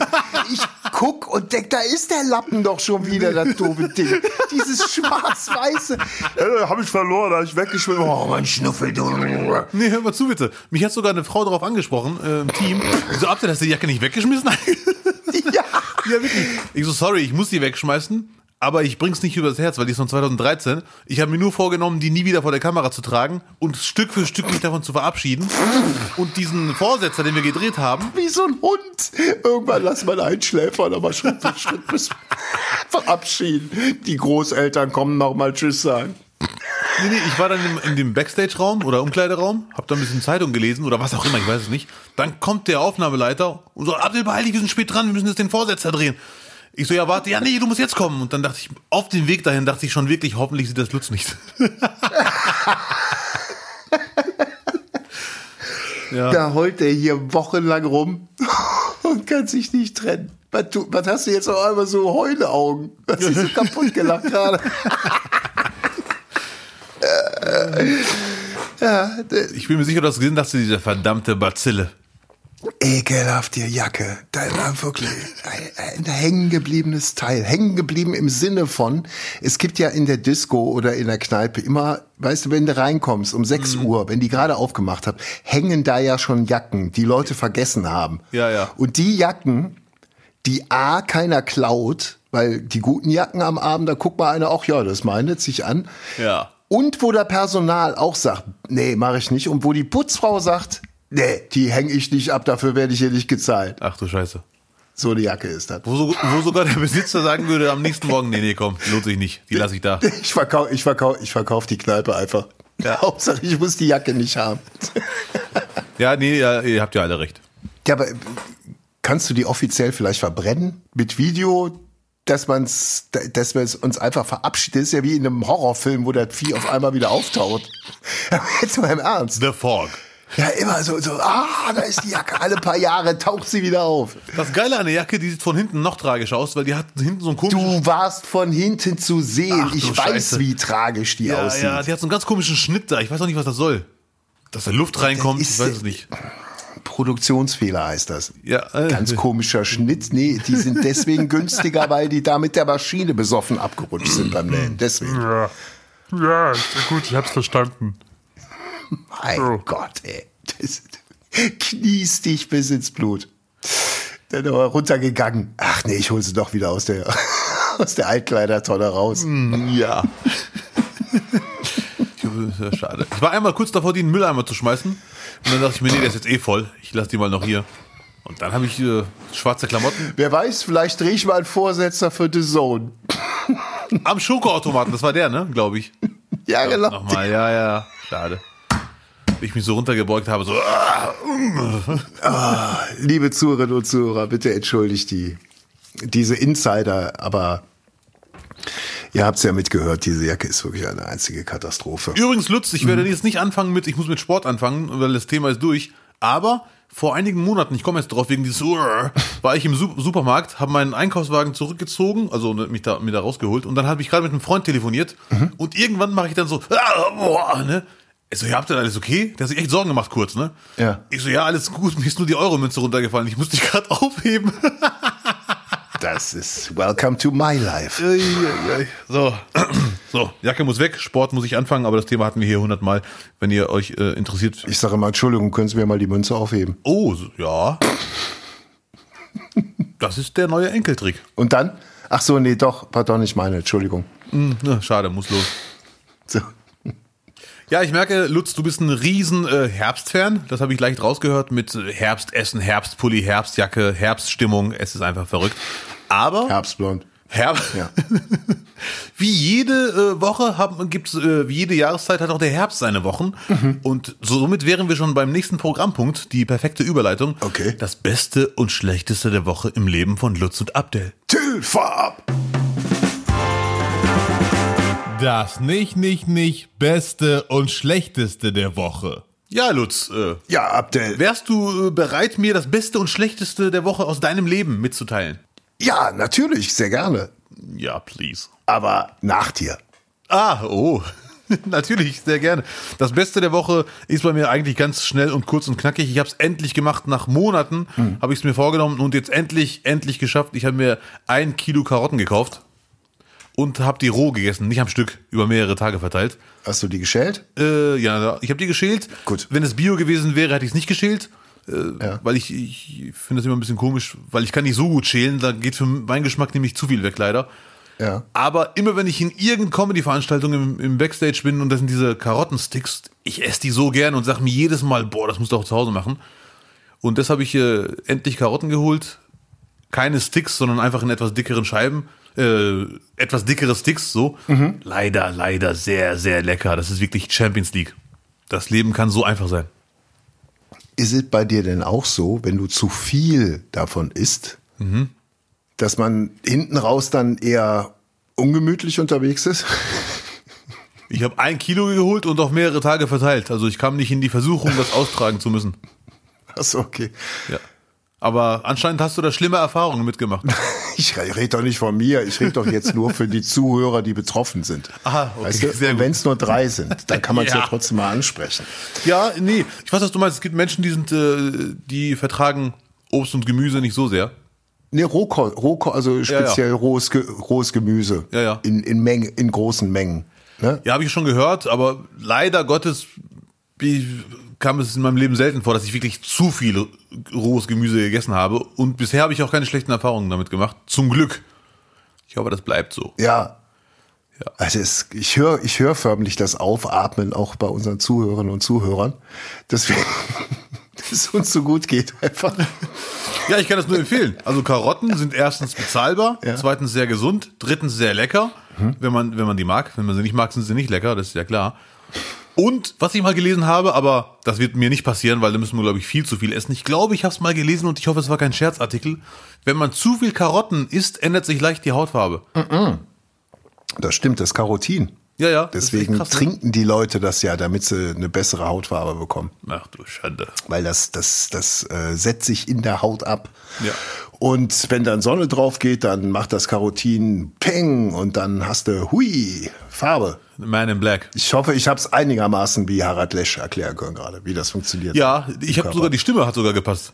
S2: Ich guck und denk, da ist der Lappen doch schon wieder, das doofe Ding. Dieses schwarz-weiße. Äh, hab ich verloren, hab ich weggeschmissen. Oh, mein Schnuffel, du.
S1: Nee, hör mal zu bitte. Mich hat sogar eine Frau darauf angesprochen, äh, im Team. Wieso habt ihr das die Jacke nicht weggeschmissen?
S2: Ja.
S1: Ja, wirklich. Ich so, sorry, ich muss die wegschmeißen, aber ich bring's nicht übers Herz, weil die ist von 2013. Ich habe mir nur vorgenommen, die nie wieder vor der Kamera zu tragen und Stück für Stück mich davon zu verabschieden. Und diesen Vorsetzer, den wir gedreht haben,
S2: Wie so ein Hund. Irgendwann lass mal einschläfern, aber Schritt für Schritt bis verabschieden. Die Großeltern kommen nochmal Tschüss sagen.
S1: nee, nee, ich war dann im, in dem Backstage-Raum oder Umkleideraum, hab da ein bisschen Zeitung gelesen oder was auch immer, ich weiß es nicht. Dann kommt der Aufnahmeleiter und so, Abdel, beeil dich, wir sind spät dran, wir müssen jetzt den Vorsetzer drehen. Ich so, ja, warte, ja, nee, du musst jetzt kommen. Und dann dachte ich, auf dem Weg dahin dachte ich schon wirklich, hoffentlich sieht das Lutz nicht.
S2: Da heult er hier wochenlang rum und kann sich nicht trennen. Was, tu, was hast du jetzt auf einmal so Heuleaugen? Was ist so kaputt gelacht gerade? ja, d-
S1: Ich bin mir sicher, du hast gesehen, dachte dieser verdammte Bazille.
S2: ekelhaft, die Jacke. Da war wirklich ein, ein hängen gebliebenes Teil. Hängen geblieben im Sinne von, es gibt ja in der Disco oder in der Kneipe immer, weißt du, wenn du reinkommst um 6
S1: Mhm.
S2: Uhr, wenn die gerade aufgemacht haben, hängen da ja schon Jacken, die Leute vergessen haben.
S1: Ja, ja.
S2: Und die Jacken, die A keiner klaut, weil die guten Jacken am Abend, da guckt mal einer, ach ja, das meine, sich an.
S1: Ja.
S2: Und wo der Personal auch sagt, nee, mache ich nicht. Und wo die Putzfrau sagt, nee, die hänge ich nicht ab, dafür werde ich hier nicht gezahlt.
S1: Ach du Scheiße.
S2: So eine Jacke ist das.
S1: Wo, so, wo sogar der Besitzer sagen würde am nächsten Morgen, nee, nee, komm, lohnt sich nicht. Die lasse ich da.
S2: Ich verkaufe ich verkau, ich verkauf die Kneipe einfach.
S1: Ja.
S2: Hauptsache, ich muss die Jacke nicht haben.
S1: Ja, nee, ja, ihr habt ja alle recht.
S2: Ja, aber äh, kannst du die offiziell vielleicht verbrennen mit Video, dass man es dass wir es uns einfach verabschiedet? Das ist ja wie in einem Horrorfilm, wo der Vieh auf einmal wieder auftaucht. Jetzt mal im Ernst.
S1: The Fog.
S2: Ja, immer so, so, ah, da ist die Jacke. Alle paar Jahre taucht sie wieder auf.
S1: Das Geile an der Jacke, die sieht von hinten noch tragisch aus, weil die hat hinten so einen komischen...
S2: Du warst von hinten zu sehen.
S1: Ach, du
S2: ich weiß,
S1: Scheiße.
S2: wie tragisch die
S1: ja,
S2: aussieht.
S1: ja, die hat so einen ganz komischen Schnitt da. Ich weiß auch nicht, was das soll. Dass da Luft reinkommt,
S2: Das
S1: ich
S2: ist-
S1: weiß es nicht.
S2: Produktionsfehler heißt das.
S1: Ja, äh.
S2: Ganz komischer Schnitt. Nee, die sind deswegen günstiger, weil die da mit der Maschine besoffen abgerutscht sind beim Nähen. Deswegen.
S3: Ja. Ja, gut, ich hab's verstanden.
S2: Mein Gott, ey. Das, kniest dich bis ins Blut. Dann aber runtergegangen. Ach nee, ich hol sie doch wieder aus der, aus der Altkleidertonne raus.
S1: Hm, Ja. Ich hoffe, das ist ja schade. Ich war einmal kurz davor, die in den Mülleimer zu schmeißen. Und dann dachte ich mir, nee, der ist jetzt eh voll. Ich lasse die mal noch hier. Und dann habe ich äh, schwarze Klamotten
S2: Wer weiß, vielleicht drehe ich mal einen Vorsetzer für The Zone.
S1: am Schokoautomaten. Das war der, ne? Glaube ich.
S2: Ja, genau.
S1: Nochmal, ja, ja. Schade. Ich mich so runtergebeugt habe, so. ah, mm.
S2: Liebe Zuhörerinnen und Zuhörer, bitte entschuldigt die, diese Insider, aber ihr habt es ja mitgehört, diese Jacke ist wirklich eine einzige Katastrophe.
S1: Übrigens, Lutz, ich
S2: Mhm.
S1: werde jetzt nicht anfangen mit, ich muss mit Sport anfangen, weil das Thema ist durch. Aber vor einigen Monaten, ich komme jetzt drauf wegen dieses, Uhr, war ich im Sup- Supermarkt, habe meinen Einkaufswagen zurückgezogen, also ne, mich da, mir da rausgeholt und dann habe ich gerade mit einem Freund telefoniert
S2: Mhm.
S1: und irgendwann mache ich dann so, ah, boah, ne? Also, ihr habt denn alles okay? Der hat sich echt Sorgen gemacht kurz, ne?
S2: Ja.
S1: Ich so, ja, alles gut, mir ist nur die Euromünze runtergefallen, ich musste die gerade aufheben.
S2: Das ist Welcome to my life.
S1: Eieiei. So. so, Jacke muss weg, Sport muss ich anfangen, aber das Thema hatten wir hier hundertmal, wenn ihr euch äh, interessiert.
S2: Ich sage immer, Entschuldigung, können Sie mir mal die Münze aufheben?
S1: Oh, so- ja. Das ist der neue Enkeltrick.
S2: Und dann? Ach so, nee, doch, pardon, ich meine, Entschuldigung.
S1: Hm, ne, schade, muss los.
S2: So.
S1: Ja, ich merke, Lutz, du bist ein riesen äh, Herbstfan. Das habe ich leicht rausgehört mit äh, Herbstessen, Herbstpulli, Herbstjacke, Herbststimmung. Es ist einfach verrückt. Aber
S2: Herbstblond.
S1: Herbst.
S2: Ja.
S1: Wie jede äh, Woche haben, gibt's, äh, wie jede Jahreszeit hat auch der Herbst seine Wochen.
S2: Mhm.
S1: Und somit wären wir schon beim nächsten Programmpunkt, die perfekte Überleitung.
S2: Okay.
S1: Das Beste und Schlechteste der Woche im Leben von Lutz und Abdel.
S2: Till, fahr ab!
S3: Das nicht, nicht, nicht Beste und Schlechteste der Woche.
S1: Ja, Lutz, äh,
S2: Ja, Abdel.
S1: wärst du äh, bereit, mir das Beste und Schlechteste der Woche aus deinem Leben mitzuteilen?
S2: Ja, natürlich, sehr gerne.
S1: Ja, please.
S2: Aber nach dir.
S1: Ah, oh. Natürlich, sehr gerne. Das Beste der Woche ist bei mir eigentlich ganz schnell und kurz und knackig. Ich habe es endlich gemacht. Nach Monaten
S2: Hm.
S1: habe ich es mir vorgenommen und jetzt endlich, endlich geschafft. Ich habe mir ein Kilo Karotten gekauft und habe die roh gegessen, nicht am Stück, über mehrere Tage verteilt.
S2: Hast du die geschält?
S1: Äh, ja, ich habe die geschält.
S2: Gut.
S1: Wenn es Bio gewesen wäre, hätte ich es nicht geschält. Äh,
S2: Ja.
S1: Weil ich, ich finde das immer ein bisschen komisch, weil ich kann nicht so gut schälen. Da geht für meinen Geschmack nämlich zu viel weg, leider.
S2: Ja.
S1: Aber immer wenn ich in irgendeiner Comedy-Veranstaltung im, im Backstage bin und das sind diese Karottensticks, ich esse die so gerne und sage mir jedes Mal, boah, das musst du auch zu Hause machen. Und das habe ich äh, endlich Karotten geholt. Keine Sticks, sondern einfach in etwas dickeren Scheiben. Äh, etwas dickere Sticks, so. Leider, leider sehr, sehr lecker. Das ist wirklich Champions League. Das Leben kann so einfach sein.
S2: Ist es bei dir denn auch so, wenn du zu viel davon isst,
S1: Mhm.
S2: dass man hinten raus dann eher ungemütlich unterwegs ist?
S1: Ich habe ein Kilo geholt und auf mehrere Tage verteilt. Also ich kam nicht in die Versuchung, das austragen zu müssen.
S2: Achso, okay.
S1: Ja. Aber anscheinend hast du da schlimme Erfahrungen mitgemacht.
S2: Ich rede doch nicht von mir, ich rede doch jetzt nur für die Zuhörer, die betroffen sind.
S1: Ah, okay,
S2: weißt du,
S1: sehr gut.
S2: wenn es nur drei sind, dann kann man es ja.
S1: Ja.
S2: trotzdem mal ansprechen.
S1: Ja, nee. Ich weiß, was du meinst. Es gibt Menschen, die sind, äh, die vertragen Obst und Gemüse nicht so sehr.
S2: Ne, Rohko, Rohko, also speziell Rohes, Ge rohes Gemüse.
S1: Ja, ja.
S2: In, in, Mengen, in großen Mengen. Ne?
S1: Ja, habe ich schon gehört, aber leider Gottes wie- kam es in meinem Leben selten vor, dass ich wirklich zu viel rohes Gemüse gegessen habe. Und bisher habe ich auch keine schlechten Erfahrungen damit gemacht. Zum Glück. Ich hoffe, das bleibt so.
S2: Ja.
S1: Ja.
S2: Also es, ich höre ich hör förmlich das Aufatmen auch bei unseren Zuhörerinnen und Zuhörern, dass, wir, dass es uns so gut geht einfach.
S1: Ja, ich kann das nur empfehlen. Also Karotten sind erstens bezahlbar,
S2: Ja.
S1: zweitens sehr gesund, drittens sehr lecker, wenn, man, wenn man die mag. Wenn man sie nicht mag, sind sie nicht lecker, das ist ja klar. Und was ich mal gelesen habe, aber das wird mir nicht passieren, weil da müssen wir, glaube ich, viel zu viel essen. Ich glaube, ich habe es mal gelesen und ich hoffe, es war kein Scherzartikel. Wenn man zu viel Karotten isst, ändert sich leicht die Hautfarbe.
S2: Das stimmt, das Carotin.
S1: Ja, ja. das ist echt
S2: Deswegen
S1: krass, ne?
S2: trinken die Leute das ja, damit sie eine bessere Hautfarbe bekommen.
S1: Ach du Schande.
S2: Weil das, das, das äh, setzt sich in der Haut ab.
S1: Ja.
S2: Und wenn dann Sonne drauf geht, dann macht das Karotin Peng und dann hast du Hui, Farbe.
S1: Man in Black.
S2: Ich hoffe, ich habe es einigermaßen wie Harald Lesch erklären können gerade, wie das funktioniert.
S1: Ja, ich habe sogar die Stimme hat sogar gepasst.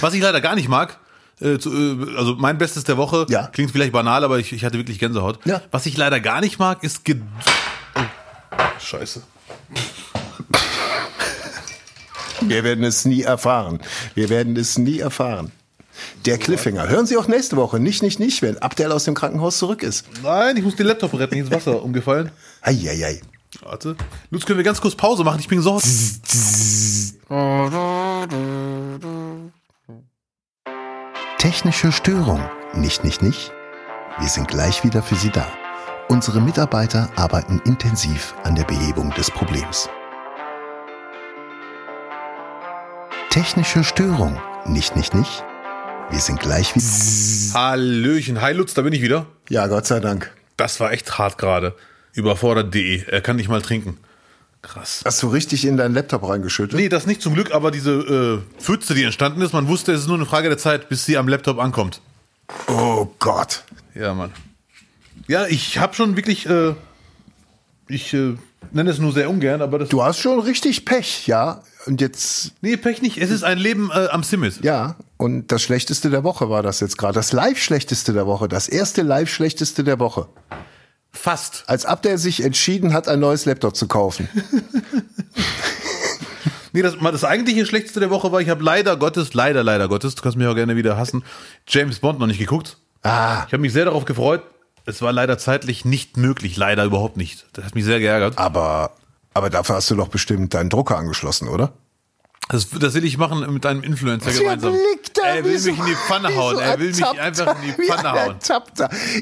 S1: Was ich leider gar nicht mag, äh, zu, äh, also mein Bestes der Woche,
S2: Ja.
S1: klingt vielleicht banal, aber ich, ich hatte wirklich Gänsehaut.
S2: Ja.
S1: Was ich leider gar nicht mag, ist Oh. Ge Scheiße.
S2: Wir werden es nie erfahren. Wir werden es nie erfahren. Der Cliffhanger. Hören Sie auch nächste Woche. Nicht, nicht, nicht, wenn Abdel aus dem Krankenhaus zurück ist.
S1: Nein, ich muss den Laptop retten, hier ist Wasser umgefallen.
S2: Eieiei.
S1: Warte. Lutz, können wir ganz kurz Pause machen? Ich bin so.
S2: Technische Störung. Nicht, nicht, nicht. Wir sind gleich wieder für Sie da. Unsere Mitarbeiter arbeiten intensiv an der Behebung des Problems. Technische Störung. Nicht, nicht, nicht. Wir sind gleich wieder.
S1: Hallöchen. Hi Lutz, da bin ich wieder.
S2: Ja, Gott sei Dank.
S1: Das war echt hart gerade. Überfordert.de. Er kann nicht mal trinken. Krass.
S2: Hast du richtig in deinen Laptop reingeschüttet?
S1: Nee, das nicht zum Glück, aber diese äh, Pfütze, die entstanden ist, man wusste, es ist nur eine Frage der Zeit, bis sie am Laptop ankommt.
S2: Oh Gott.
S1: Ja, Mann. Ja, ich habe schon wirklich, äh, ich äh, nenne es nur sehr ungern, aber das.
S2: Du hast schon richtig Pech, ja. Und jetzt,
S1: Nee, Pech nicht. Es ist ein Leben äh, am Simmis.
S2: ja. Und das Schlechteste der Woche war das jetzt gerade. Das Live-Schlechteste der Woche. Das erste Live-Schlechteste der Woche.
S1: Fast.
S2: Als Abdel sich entschieden hat, ein neues Laptop zu kaufen.
S1: Nee, das, mal das eigentliche Schlechteste der Woche war, ich habe leider Gottes, leider, leider Gottes, du kannst mich auch gerne wieder hassen, James Bond noch nicht geguckt.
S2: Ah.
S1: Ich habe mich sehr darauf gefreut. Es war leider zeitlich nicht möglich, leider überhaupt nicht. Das hat mich sehr geärgert.
S2: Aber, aber dafür hast du doch bestimmt deinen Drucker angeschlossen, oder?
S1: Das, das will ich machen mit einem Influencer gemeinsam. er will mich in die Pfanne hauen. er will mich einfach in die Pfanne hauen.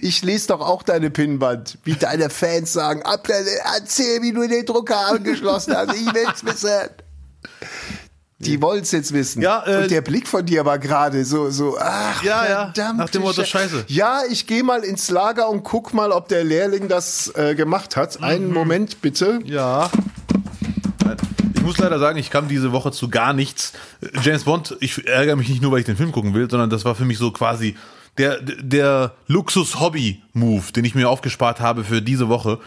S2: Ich lese doch auch deine Pinnwand, wie deine Fans sagen, Abdel, erzähl, wie du den Drucker angeschlossen hast. Ich will's wissen. Die wollen's jetzt wissen.
S1: Ja, äh,
S2: Und der Blick von dir war gerade so, so, ach,
S1: Ja, ja,
S2: verdammt.
S1: nach dem Motto, Scheiße.
S2: Ja, ich gehe mal ins Lager und guck mal, ob der Lehrling das äh, gemacht hat.
S1: Mhm.
S2: Einen Moment bitte.
S1: Ja. Ich muss leider sagen, ich kam diese Woche zu gar nichts. James Bond, ich ärgere mich nicht nur, weil ich den Film gucken will, sondern das war für mich so quasi der, der Luxus-Hobby-Move, den ich mir aufgespart habe für diese Woche.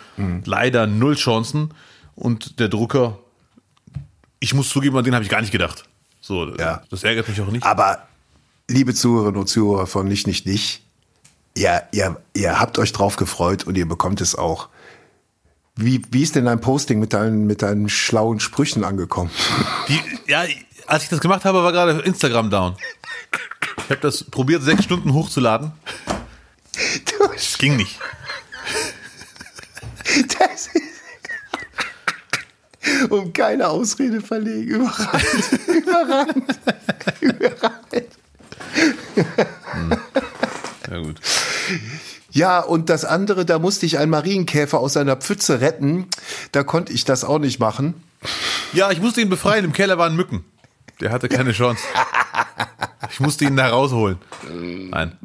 S1: Leider null Chancen. Und der Drucker, ich muss zugeben, an den habe ich gar nicht gedacht. So,
S2: Ja.
S1: das ärgert mich auch nicht.
S2: Aber liebe Zuhörerinnen und Zuhörer von Nicht, Nicht, Nicht, ja, ihr, ihr habt euch drauf gefreut und ihr bekommt es auch. Wie, wie ist denn dein Posting mit deinen, mit deinen schlauen Sprüchen angekommen?
S1: Die, ja, als ich das gemacht habe, war gerade Instagram down. Ich habe das probiert, sechs Stunden hochzuladen.
S2: Du,
S1: Es ging nicht.
S2: das ist- um keine Ausrede verlegen. Überragend. Überragend. Überragend.
S1: Ja, gut.
S2: Ja, und das andere, da musste ich einen Marienkäfer aus einer Pfütze retten. Da konnte ich das auch nicht machen.
S1: Ja, ich musste ihn befreien. Im Keller waren Mücken. Der hatte keine Chance. Ich musste ihn da rausholen. Nein.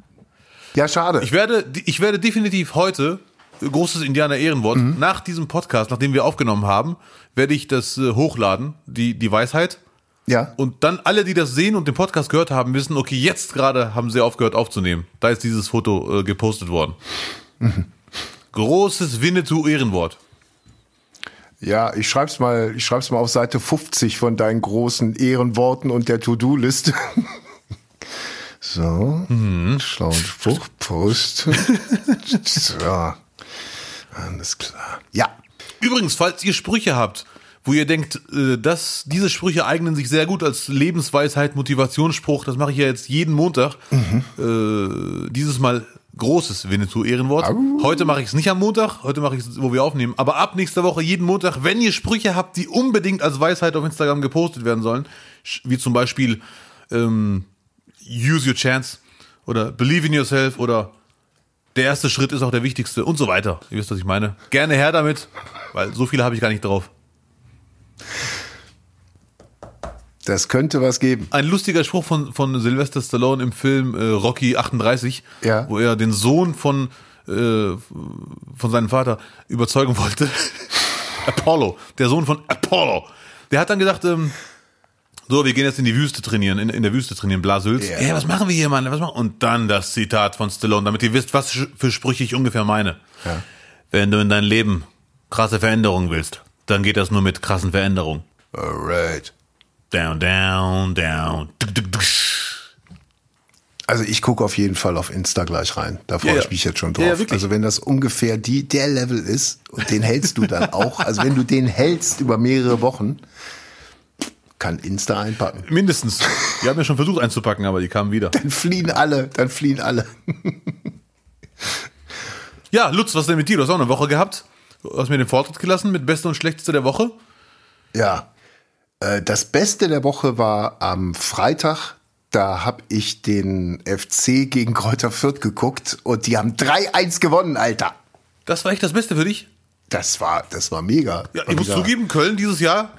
S2: Ja, schade.
S1: Ich werde, ich werde definitiv heute, großes Indianer-Ehrenwort, nach diesem Podcast, nachdem wir aufgenommen haben, werde ich das äh, hochladen, die, die Weisheit.
S2: ja.
S1: Und dann alle, die das sehen und den Podcast gehört haben, wissen, okay, jetzt gerade haben sie aufgehört aufzunehmen. Da ist dieses Foto äh, gepostet worden. Großes Winnetou-Ehrenwort.
S2: Ja, ich schreib's mal, ich schreib's mal auf Seite 50 von deinen großen Ehrenworten und der To-Do-Liste. So,
S1: Mhm.
S2: schlauen Spruch, posten. so, alles klar. Ja,
S1: Übrigens, falls ihr Sprüche habt, wo ihr denkt, äh, dass diese Sprüche eignen sich sehr gut als Lebensweisheit, Motivationsspruch, das mache ich ja jetzt jeden Montag. Äh, dieses Mal großes Winnetou-Ehrenwort. Heute mache ich es nicht am Montag, heute mache ich es, wo wir aufnehmen. Aber ab nächster Woche jeden Montag, wenn ihr Sprüche habt, die unbedingt als Weisheit auf Instagram gepostet werden sollen, sch- wie zum Beispiel ähm, Use Your Chance oder Believe in Yourself oder der erste Schritt ist auch der wichtigste und so weiter. Ihr wisst, was ich meine. Gerne her damit, weil so viele habe ich gar nicht drauf.
S2: das könnte was geben.
S1: Ein lustiger Spruch von, von Sylvester Stallone im Film äh, Rocky 38,
S2: Ja.
S1: wo er den Sohn von, äh, von seinem Vater überzeugen wollte. Apollo, der Sohn von Apollo. Der hat dann gesagt, ähm, So, wir gehen jetzt in die Wüste trainieren, in, in der Wüste trainieren, Blasülz.
S2: Ja.
S1: Ja, was machen wir hier, Mann? Was machen? Und dann das Zitat von Stallone, damit ihr wisst, was sch- für Sprüche ich ungefähr meine.
S2: Ja.
S1: Wenn du in deinem Leben krasse Veränderungen willst, dann geht das nur mit krassen Veränderungen.
S2: Alright.
S1: Down, down, down. Tuk, tuk, tuk.
S2: Also ich gucke auf jeden Fall auf Insta gleich rein. Da freue
S1: Ja,
S2: ich mich jetzt schon
S1: ja.
S2: drauf.
S1: Ja, wirklich.
S2: also wenn das ungefähr die, der Level ist und den hältst du dann auch, also wenn du den hältst über mehrere Wochen, kann Insta einpacken.
S1: Mindestens. Wir haben ja schon versucht einzupacken, aber die kamen wieder.
S2: Dann fliehen alle, dann fliehen alle.
S1: Ja, Lutz, was ist denn mit dir? Du hast auch eine Woche gehabt. Du hast mir den Vortritt gelassen mit Beste und Schlechteste der Woche.
S2: Ja. Äh, Das Beste der Woche war am Freitag. Da habe ich den FC gegen Kräuter Fürth geguckt und die haben 3-1 gewonnen, Alter.
S1: Das war echt das Beste für dich.
S2: Das war, das war mega.
S1: Ja,
S2: War
S1: ich muss
S2: wieder
S1: zugeben, Köln dieses Jahr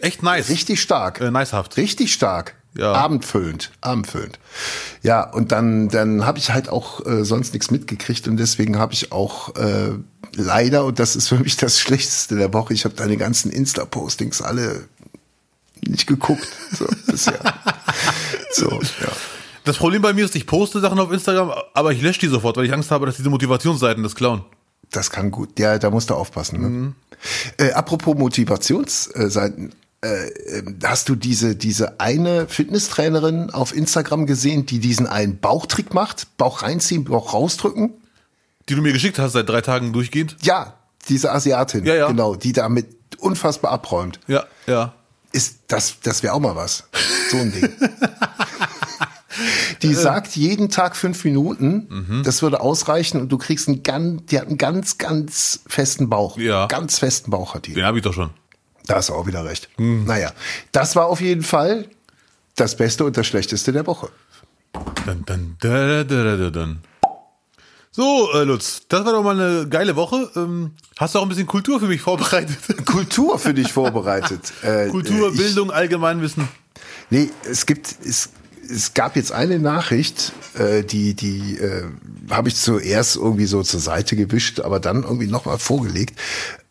S1: echt nice.
S2: Richtig stark.
S1: Äh, nicehaft.
S2: Richtig stark.
S1: Ja.
S2: Abendfüllend. Abendfüllend. Ja, und dann, dann habe ich halt auch äh, sonst nichts mitgekriegt und deswegen habe ich auch äh, leider, und das ist für mich das Schlechteste der Woche, ich habe deine ganzen Insta-Postings alle nicht geguckt. So, bisher. so, ja.
S1: Das Problem bei mir ist, ich poste Sachen auf Instagram, aber ich lösche die sofort, weil ich Angst habe, dass diese Motivationsseiten das klauen.
S2: Das kann gut. Ja, da musst du aufpassen. Ne?
S1: Mhm.
S2: Äh, apropos Motivationsseiten. Äh, ähm, hast du diese, diese eine Fitnesstrainerin auf Instagram gesehen, die diesen einen Bauchtrick macht? Bauch reinziehen, Bauch rausdrücken?
S1: Die du mir geschickt hast seit drei Tagen durchgehend.
S2: Ja, diese Asiatin.
S1: Ja, ja.
S2: Genau, die damit unfassbar abräumt.
S1: Ja, ja.
S2: Ist, das, das wäre auch mal was. So ein Ding.
S1: Äh.
S2: Die sagt jeden Tag fünf Minuten,
S1: Mhm.
S2: das würde ausreichen und du kriegst einen ganz, die hat einen ganz, ganz festen Bauch.
S1: Ja.
S2: Ganz festen Bauch hat die.
S1: Den habe ich doch schon.
S2: Da hast du auch wieder recht. Mhm. Naja, das war auf jeden Fall das Beste und das Schlechteste der Woche.
S1: Dun, dun, da, da, da, da, dun. So, äh, Lutz, das war doch mal eine geile Woche. Ähm, hast du auch ein bisschen Kultur für mich vorbereitet?
S2: Kultur für dich vorbereitet. Äh,
S1: Kultur,
S2: ich-
S1: Bildung, Allgemeinwissen.
S2: Nee, es gibt, es, es gab jetzt eine Nachricht, äh, die, die äh, habe ich zuerst irgendwie so zur Seite gewischt, aber dann irgendwie nochmal vorgelegt.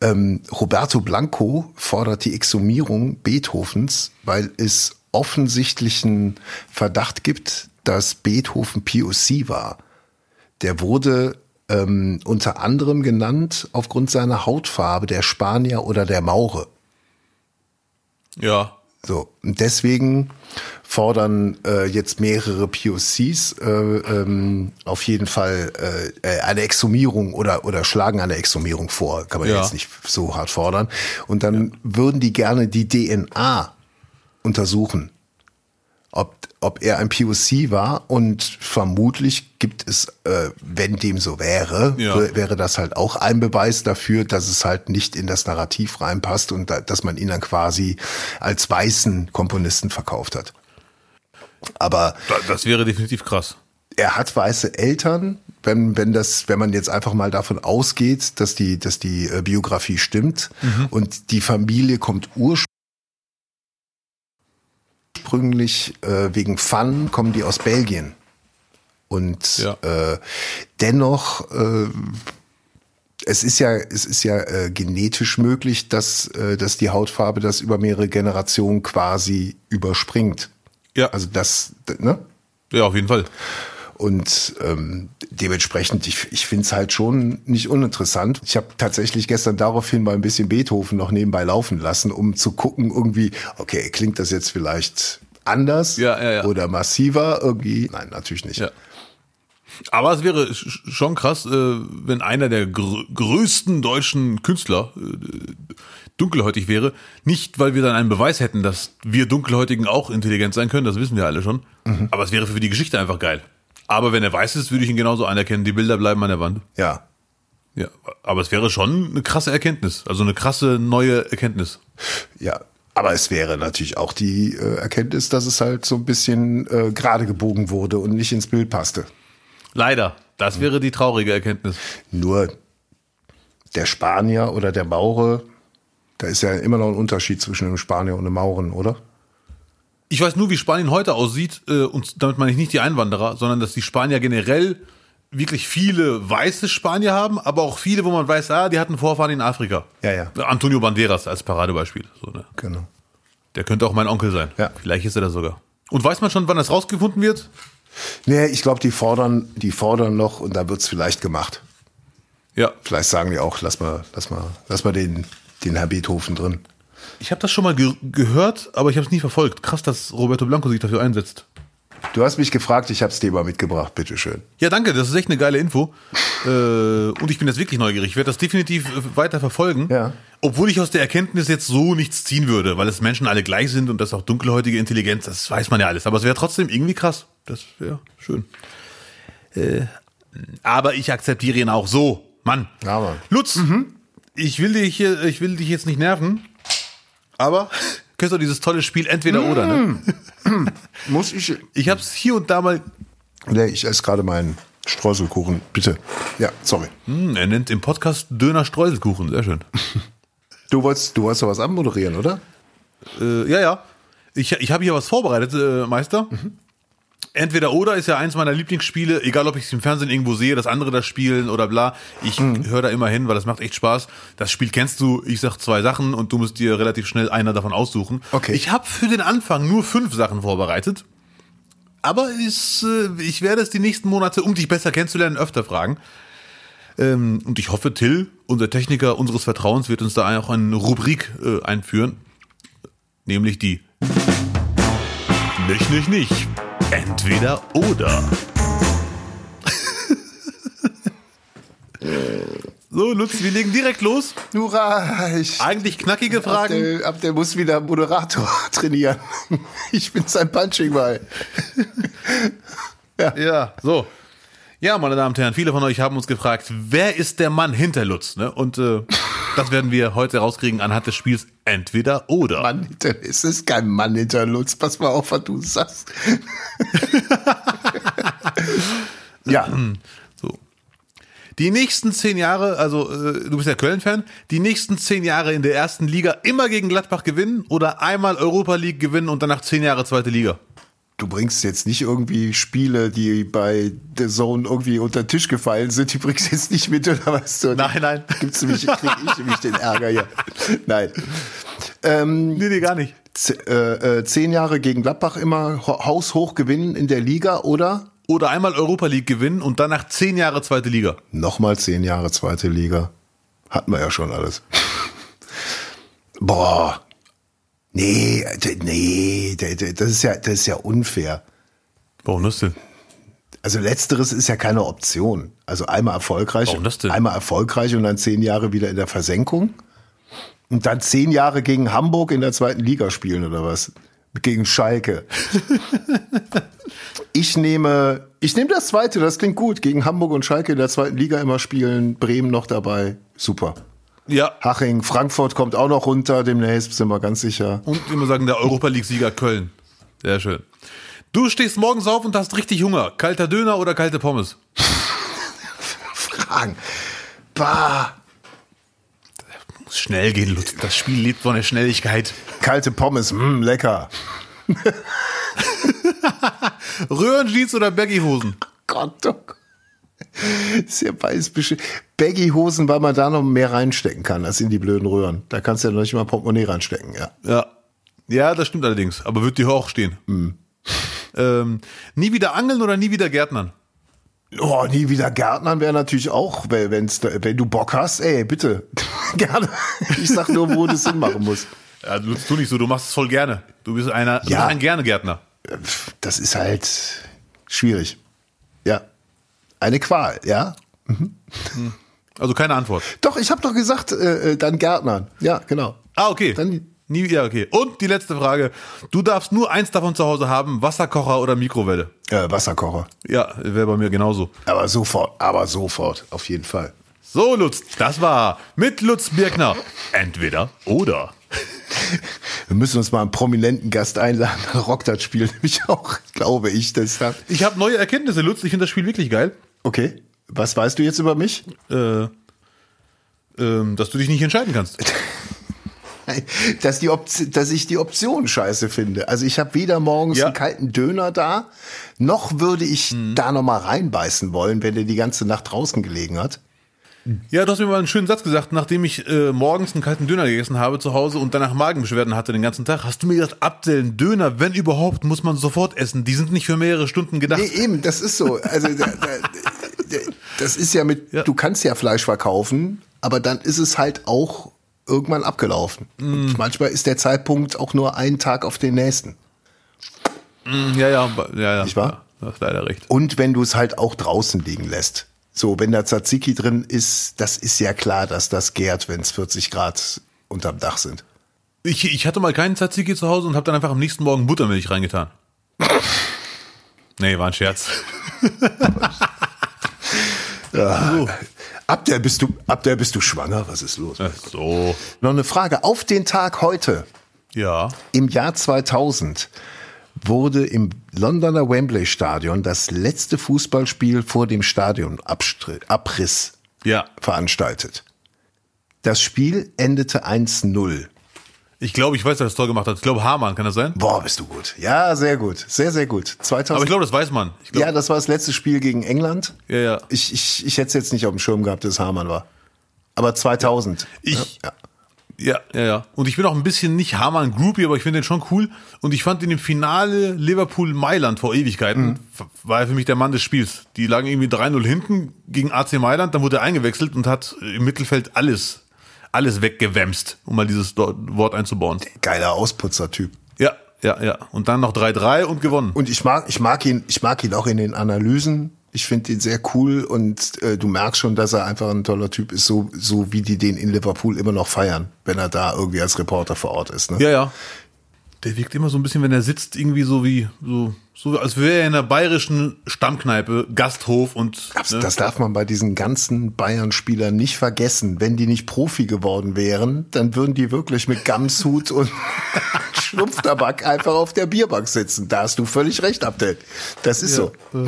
S2: Ähm, Roberto Blanco fordert die Exhumierung Beethovens, weil es offensichtlichen Verdacht gibt, dass Beethoven POC war. Der wurde ähm, unter anderem genannt aufgrund seiner Hautfarbe der Spanier oder der Maure.
S1: Ja.
S2: So, und deswegen fordern äh, jetzt mehrere POCs äh, ähm, auf jeden Fall äh, äh, eine Exhumierung oder, oder schlagen eine Exhumierung vor. Kann man
S1: Ja.
S2: jetzt nicht so hart fordern. Und dann würden die gerne die DNA untersuchen, ob, ob er ein POC war. Und vermutlich gibt es, äh, wenn dem so wäre,
S1: Ja.
S2: wär- wäre das halt auch ein Beweis dafür, dass es halt nicht in das Narrativ reinpasst und da, dass man ihn dann quasi als weißen Komponisten verkauft hat. Aber
S1: Da- Das wäre definitiv krass.
S2: er hat weiße Eltern, wenn, wenn das, wenn man jetzt einfach mal davon ausgeht, dass die, dass die äh, Biografie stimmt und die Familie kommt ursprünglich äh, wegen Fun, kommen die aus Belgien. Und
S1: Ja.
S2: äh, dennoch, äh, es ist ja, es ist ja äh, genetisch möglich, dass, äh, dass die Hautfarbe das über mehrere Generationen quasi überspringt.
S1: Ja,
S2: Also das, ne?
S1: ja, auf jeden Fall.
S2: Und ähm, dementsprechend, ich, ich finde es halt schon nicht uninteressant. Ich habe tatsächlich gestern daraufhin mal ein bisschen Beethoven noch nebenbei laufen lassen, um zu gucken, irgendwie, okay, klingt das jetzt vielleicht anders
S1: Ja, ja, ja.
S2: oder massiver irgendwie? Nein, natürlich nicht.
S1: Ja. Aber es wäre sch- schon krass, äh, wenn einer der grö größten deutschen Künstler äh, dunkelhäutig wäre. Nicht, weil wir dann einen Beweis hätten, dass wir Dunkelhäutigen auch intelligent sein können, das wissen wir alle schon. Aber es wäre für die Geschichte einfach geil. Aber wenn er weiß ist, würde ich ihn genauso anerkennen. Die Bilder bleiben an der Wand.
S2: ja.
S1: Ja, aber es wäre schon eine krasse Erkenntnis. Also eine krasse neue Erkenntnis.
S2: Ja, aber es wäre natürlich auch die äh, Erkenntnis, dass es halt so ein bisschen äh, gerade gebogen wurde und nicht ins Bild passte.
S1: Leider. Das wäre die traurige Erkenntnis.
S2: Nur der Spanier oder der Maure, da ist ja immer noch ein Unterschied zwischen einem Spanier und einem Mauren, oder?
S1: Ich weiß nur, wie Spanien heute aussieht, äh, und damit meine ich nicht die Einwanderer, sondern dass die Spanier generell wirklich viele weiße Spanier haben, aber auch viele, wo man weiß, ah, die hatten Vorfahren in Afrika.
S2: Ja, ja.
S1: Antonio Banderas als Paradebeispiel. So, ne?
S2: Genau.
S1: Der könnte auch mein Onkel sein.
S2: Ja.
S1: Vielleicht ist er das sogar. Und weiß man schon, wann das rausgefunden wird?
S2: Nee, ich glaube, die fordern, die fordern noch und da wird's vielleicht gemacht.
S1: Ja.
S2: Vielleicht sagen die auch, lass mal, lass mal, lass mal den, den Herr Beethoven drin.
S1: Ich habe das schon mal ge gehört, aber ich habe es nie verfolgt. Krass, dass Roberto Blanco sich dafür einsetzt.
S2: Du hast mich gefragt, ich hab's dir mal mitgebracht, bitteschön.
S1: Ja, danke, das ist echt eine geile Info. Äh, und ich bin jetzt wirklich neugierig. Ich werde das definitiv äh, weiter verfolgen.
S2: Ja.
S1: Obwohl ich aus der Erkenntnis jetzt so nichts ziehen würde, weil es Menschen alle gleich sind und das auch dunkelhäutige Intelligenz, das weiß man ja alles. Aber es wäre trotzdem irgendwie krass. Das wäre schön. Äh, aber ich akzeptiere ihn auch so. Mann.
S2: Ja, Mann.
S1: Lutz, ich, will dich hier, ich will dich jetzt nicht nerven, aber kennst du dieses tolle Spiel entweder oder, ne?
S2: Muss ich?
S1: Ich habe es hier und da mal
S2: Nee, ich esse gerade meinen Streuselkuchen, bitte. Ja, sorry.
S1: Hm, er nennt im Podcast Döner Streuselkuchen, sehr schön.
S2: Du wolltest, du wolltest doch was anmoderieren, oder?
S1: äh, ja, ja. Ich, ich habe hier was vorbereitet, äh, Meister. Entweder oder ist ja eins meiner Lieblingsspiele, egal ob ich es im Fernsehen irgendwo sehe, dass andere das spielen oder bla. Ich höre da immer hin, weil das macht echt Spaß. Das Spiel kennst du, ich sag zwei Sachen und du musst dir relativ schnell einer davon aussuchen.
S2: Okay.
S1: Ich habe für den Anfang nur fünf Sachen vorbereitet. Aber ich, äh, ich werde es die nächsten Monate, um dich besser kennenzulernen, öfter fragen. Ähm, und ich hoffe, Till, unser Techniker unseres Vertrauens, wird uns da auch eine Rubrik äh, einführen. Nämlich die Nicht, nicht, nicht. Entweder oder. so, Lutz, wir legen direkt los.
S2: Hurra, ich
S1: Eigentlich knackige Fragen.
S2: Abdel, Abdel muss wieder Moderator trainieren. Ich bin sein Punching Ball.
S1: Ja, so. Ja, meine Damen und Herren, viele von euch haben uns gefragt, wer ist der Mann hinter Lutz? Ne? Und äh, das werden wir heute rauskriegen anhand des Spiels Entweder oder.
S2: Mann hinter, es ist kein Mann hinter Lutz. Pass mal auf, was du sagst. ja,
S1: Hm. So. Die nächsten zehn Jahre, also äh, du bist ja Köln-Fan, die nächsten zehn Jahre in der ersten Liga immer gegen Gladbach gewinnen oder einmal Europa League gewinnen und danach zehn Jahre zweite Liga.
S2: du bringst jetzt nicht irgendwie Spiele, die bei The Zone irgendwie unter den Tisch gefallen sind, die bringst du jetzt nicht mit oder was? So,
S1: Nein, nein.
S2: Gibt's nämlich, krieg ich nämlich den Ärger hier. Nein. Ähm,
S1: Nee, nee, gar nicht.
S2: z- äh, äh, zehn Jahre gegen Gladbach immer ho- haushoch gewinnen in der Liga oder
S1: Oder einmal Europa League gewinnen und danach zehn Jahre zweite Liga.
S2: Nochmal zehn Jahre zweite Liga. Hatten wir ja schon alles. Boah. Nee, d- nee, d- d- das ist ja, das ist ja unfair.
S1: Warum das denn?
S2: Also letzteres ist ja keine Option. Also einmal erfolgreich,
S1: Warum das denn?
S2: einmal erfolgreich und dann zehn Jahre wieder in der Versenkung. Und dann zehn Jahre gegen Hamburg in der zweiten Liga spielen oder was? Gegen Schalke. ich nehme, ich nehme das zweite, das klingt gut. Gegen Hamburg und Schalke in der zweiten Liga immer spielen, Bremen noch dabei. Super.
S1: Ja.
S2: Haching, Frankfurt kommt auch noch runter, demnächst sind wir ganz sicher.
S1: Und immer sagen, der Europa League-Sieger Köln. Sehr schön. Du stehst morgens auf und hast richtig Hunger. Kalter Döner oder kalte Pommes?
S2: Fragen. Bah.
S1: Muss schnell gehen, Lutz. Das Spiel lebt von der Schnelligkeit.
S2: Kalte Pommes, mh, lecker.
S1: Röhrenjeans oder Baggyhosen?
S2: Gott, oh Gott. Ist ja beides bestimmt. Baggy-Hosen, weil man da noch mehr reinstecken kann, als in die blöden Röhren. Da kannst du ja noch nicht mal Portemonnaie reinstecken, ja.
S1: Ja. Ja, das stimmt allerdings. Aber wird dir auch stehen. Ähm, nie wieder angeln oder nie wieder Gärtnern?
S2: Oh, nie wieder Gärtnern wäre natürlich auch, wenn- wenn's, da- wenn du Bock hast, ey, bitte. Gerne. Ich sag nur, wo das Sinn machen muss.
S1: Ja, du tu nicht so, du machst es voll gerne. Du bist einer, du
S2: Ja.
S1: bist ein gerne Gärtner.
S2: Pff, Das ist halt schwierig. Ja. Eine Qual, ja.
S1: Also keine Antwort.
S2: Doch, ich habe doch gesagt, äh, äh, dann Gärtnern. Ja, genau.
S1: Ah, okay.
S2: Dann-
S1: nie wieder, okay. Und die letzte Frage. Du darfst nur eins davon zu Hause haben, Wasserkocher oder Mikrowelle.
S2: Äh, Wasserkocher.
S1: Ja, wäre bei mir genauso.
S2: Aber sofort, aber sofort, auf jeden Fall.
S1: So, Lutz, das war mit Lutz Birkner. Entweder oder.
S2: Wir müssen uns mal einen prominenten Gast einladen. Da Rockt das Spiel nämlich auch, glaube ich. Das da-
S1: Ich habe neue Erkenntnisse, Lutz. Ich finde das Spiel wirklich geil.
S2: okay. Was weißt du jetzt über mich?
S1: Äh, ähm, dass du dich nicht entscheiden kannst.
S2: Dass, die Op dass ich die Option scheiße finde. Also ich habe weder morgens
S1: Ja.
S2: einen kalten Döner da, noch würde ich da noch mal reinbeißen wollen, wenn der die ganze Nacht draußen gelegen hat.
S1: Ja, du hast mir mal einen schönen Satz gesagt, nachdem ich äh, morgens einen kalten Döner gegessen habe zu Hause und danach Magenbeschwerden hatte den ganzen Tag. Hast du mir gesagt, Abdellen, Döner, wenn überhaupt, muss man sofort essen. Die sind nicht für mehrere Stunden gedacht.
S2: Nee, eben, das ist so. Also da, da, da, das ist ja mit,
S1: Ja.
S2: du kannst ja Fleisch verkaufen, aber dann ist es halt auch irgendwann abgelaufen. Und manchmal ist der Zeitpunkt auch nur ein Tag auf den nächsten.
S1: Hm, Ja, ja, ja, ja.
S2: Nicht wahr?
S1: Ja, Du hast leider recht.
S2: Und wenn du es halt auch draußen liegen lässt. So, wenn da Tzatziki drin ist, das ist ja klar, dass das gärt, wenn es 40 Grad unterm Dach sind.
S1: Ich, ich hatte mal keinen Tzatziki zu Hause und habe dann einfach am nächsten Morgen Buttermilch reingetan. Nee, war ein Scherz.
S2: Ab der bist du, ab der bist du schwanger? Was ist los?
S1: Ach Äh, So,
S2: Noch eine Frage. Auf den Tag heute,
S1: ja.
S2: im Jahr 2000, wurde im Londoner Wembley Stadion das letzte Fußballspiel vor dem Stadionabriss
S1: Ja,
S2: veranstaltet. Das Spiel endete 1-0.
S1: ich glaube, ich weiß, wer das Tor gemacht hat. Ich glaube, Hamann, kann das sein?
S2: Boah, bist du gut. Ja, sehr gut. Sehr, sehr gut. 2000.
S1: Aber ich glaube, das weiß man. Ich glaube,
S2: ja, das war das letzte Spiel gegen England.
S1: Ja, ja.
S2: Ich, ich, ich hätte es jetzt nicht auf dem Schirm gehabt, dass es Hamann war. Aber 2000.
S1: Ich-
S2: Ja.
S1: Ja, ja, ja. Und ich bin auch ein bisschen nicht Hamann Groupie, aber ich finde den schon cool. Und ich fand ihn im Finale Liverpool-Mailand vor Ewigkeiten, f- war er für mich der Mann des Spiels. Die lagen irgendwie 3-0 hinten gegen AC Mailand, dann wurde er eingewechselt und hat äh, im Mittelfeld alles, alles weggewämst, um mal dieses Do- Wort einzubauen.
S2: Geiler Ausputzer-Typ.
S1: Ja, ja, ja. Und dann noch 3-3 und gewonnen.
S2: Und ich mag, ich mag ihn, ich mag ihn auch in den Analysen. Ich finde ihn sehr cool und äh, du merkst schon, dass er einfach ein toller Typ ist, so, so wie die den in Liverpool immer noch feiern, wenn er da irgendwie als Reporter vor Ort ist. Ne?
S1: Ja, ja. Der wirkt immer so ein bisschen, wenn er sitzt, irgendwie so wie, so, so als wäre er in einer bayerischen Stammkneipe, Gasthof und.
S2: Das,
S1: ne?
S2: das darf man bei diesen ganzen Bayern-Spielern nicht vergessen. Wenn die nicht Profi geworden wären, dann würden die wirklich mit Gamshut und Schnupftabak einfach auf der Bierbank sitzen. Da hast du völlig recht, Abdel. Das ist so.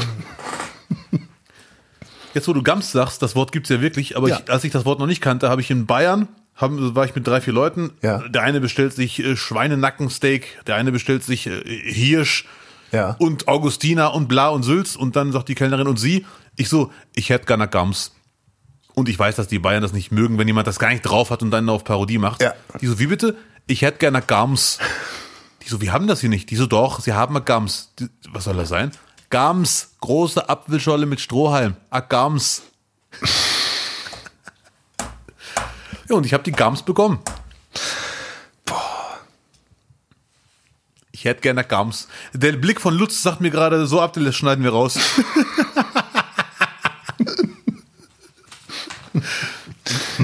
S1: Jetzt, wo du Gams sagst, das Wort gibt's ja wirklich, aber
S2: Ja.
S1: Ich, als ich das Wort noch nicht kannte, habe ich in Bayern, haben, war ich mit drei, vier Leuten.
S2: Ja.
S1: Der eine bestellt sich äh, Schweinenackensteak, der eine bestellt sich äh, Hirsch
S2: Ja.
S1: und Augustiner und bla und Sülz und dann sagt die Kellnerin und sie, ich so, ich hätte gerne Gams. Und ich weiß, dass die Bayern das nicht mögen, wenn jemand das gar nicht drauf hat und dann auf Parodie macht.
S2: Ja.
S1: Die so, wie bitte? Ich hätte gerne Gams. Die so, wir haben das hier nicht. Die so, doch, sie haben a Gams. Die, was soll das sein? Gams, große Apfelscholle mit Strohhalm. A Gams. ja, und ich habe die Gams bekommen. Boah. Ich hätte gerne Gams. Der Blick von Lutz sagt mir gerade, so ab, das schneiden wir raus.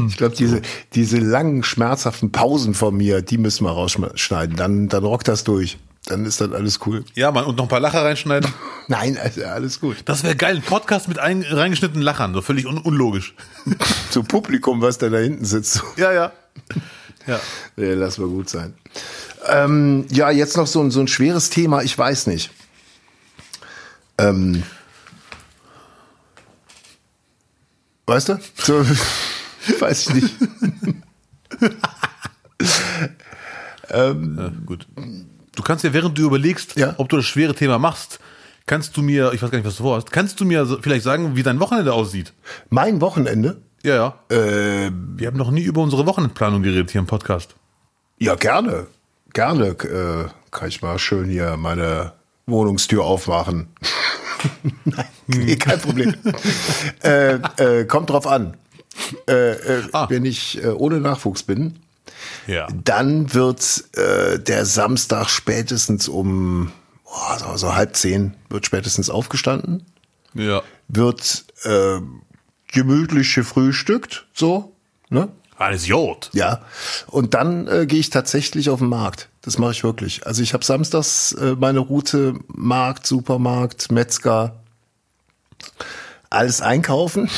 S2: Ich glaube, diese, diese langen, schmerzhaften Pausen von mir, die müssen wir rausschneiden. Dann, dann rockt das durch. Dann ist dann alles cool.
S1: ja, Mann, und noch ein paar Lacher reinschneiden.
S2: Nein, also alles gut.
S1: Das wäre geil, ein Podcast mit ein, reingeschnittenen Lachern, so völlig un unlogisch.
S2: Zum Publikum, was da da hinten sitzt.
S1: Ja, ja. Ja.
S2: Ja, lass mal gut sein. Ähm, ja, jetzt noch so ein, so ein schweres Thema, ich weiß nicht. Ähm, weißt du? So, weiß ich nicht.
S1: Ja, gut. Du kannst ja, während du überlegst,
S2: Ja.
S1: ob du das schwere Thema machst, kannst du mir, ich weiß gar nicht, was du vorhast, kannst du mir so- vielleicht sagen, wie dein Wochenende aussieht?
S2: Mein Wochenende?
S1: Ja, ja.
S2: Äh,
S1: Wir haben noch nie über unsere Wochenendplanung geredet hier im Podcast.
S2: ja, gerne. Gerne äh, kann ich mal schön hier meine Wohnungstür aufmachen. Nein, nee, kein Problem. äh, äh, kommt drauf an. Äh, äh,
S1: Ah.
S2: Wenn ich äh, ohne Nachwuchs bin,
S1: Ja.
S2: Dann wird äh, der Samstag spätestens um oh, so, so halb zehn wird spätestens aufgestanden,
S1: Ja.
S2: wird äh, gemütlich gefrühstückt, so, ne?
S1: Alles Jod.
S2: Ja. Und dann äh, gehe ich tatsächlich auf den Markt. Das mache ich wirklich. Also ich habe samstags äh, meine Route Markt, Supermarkt, Metzger, alles einkaufen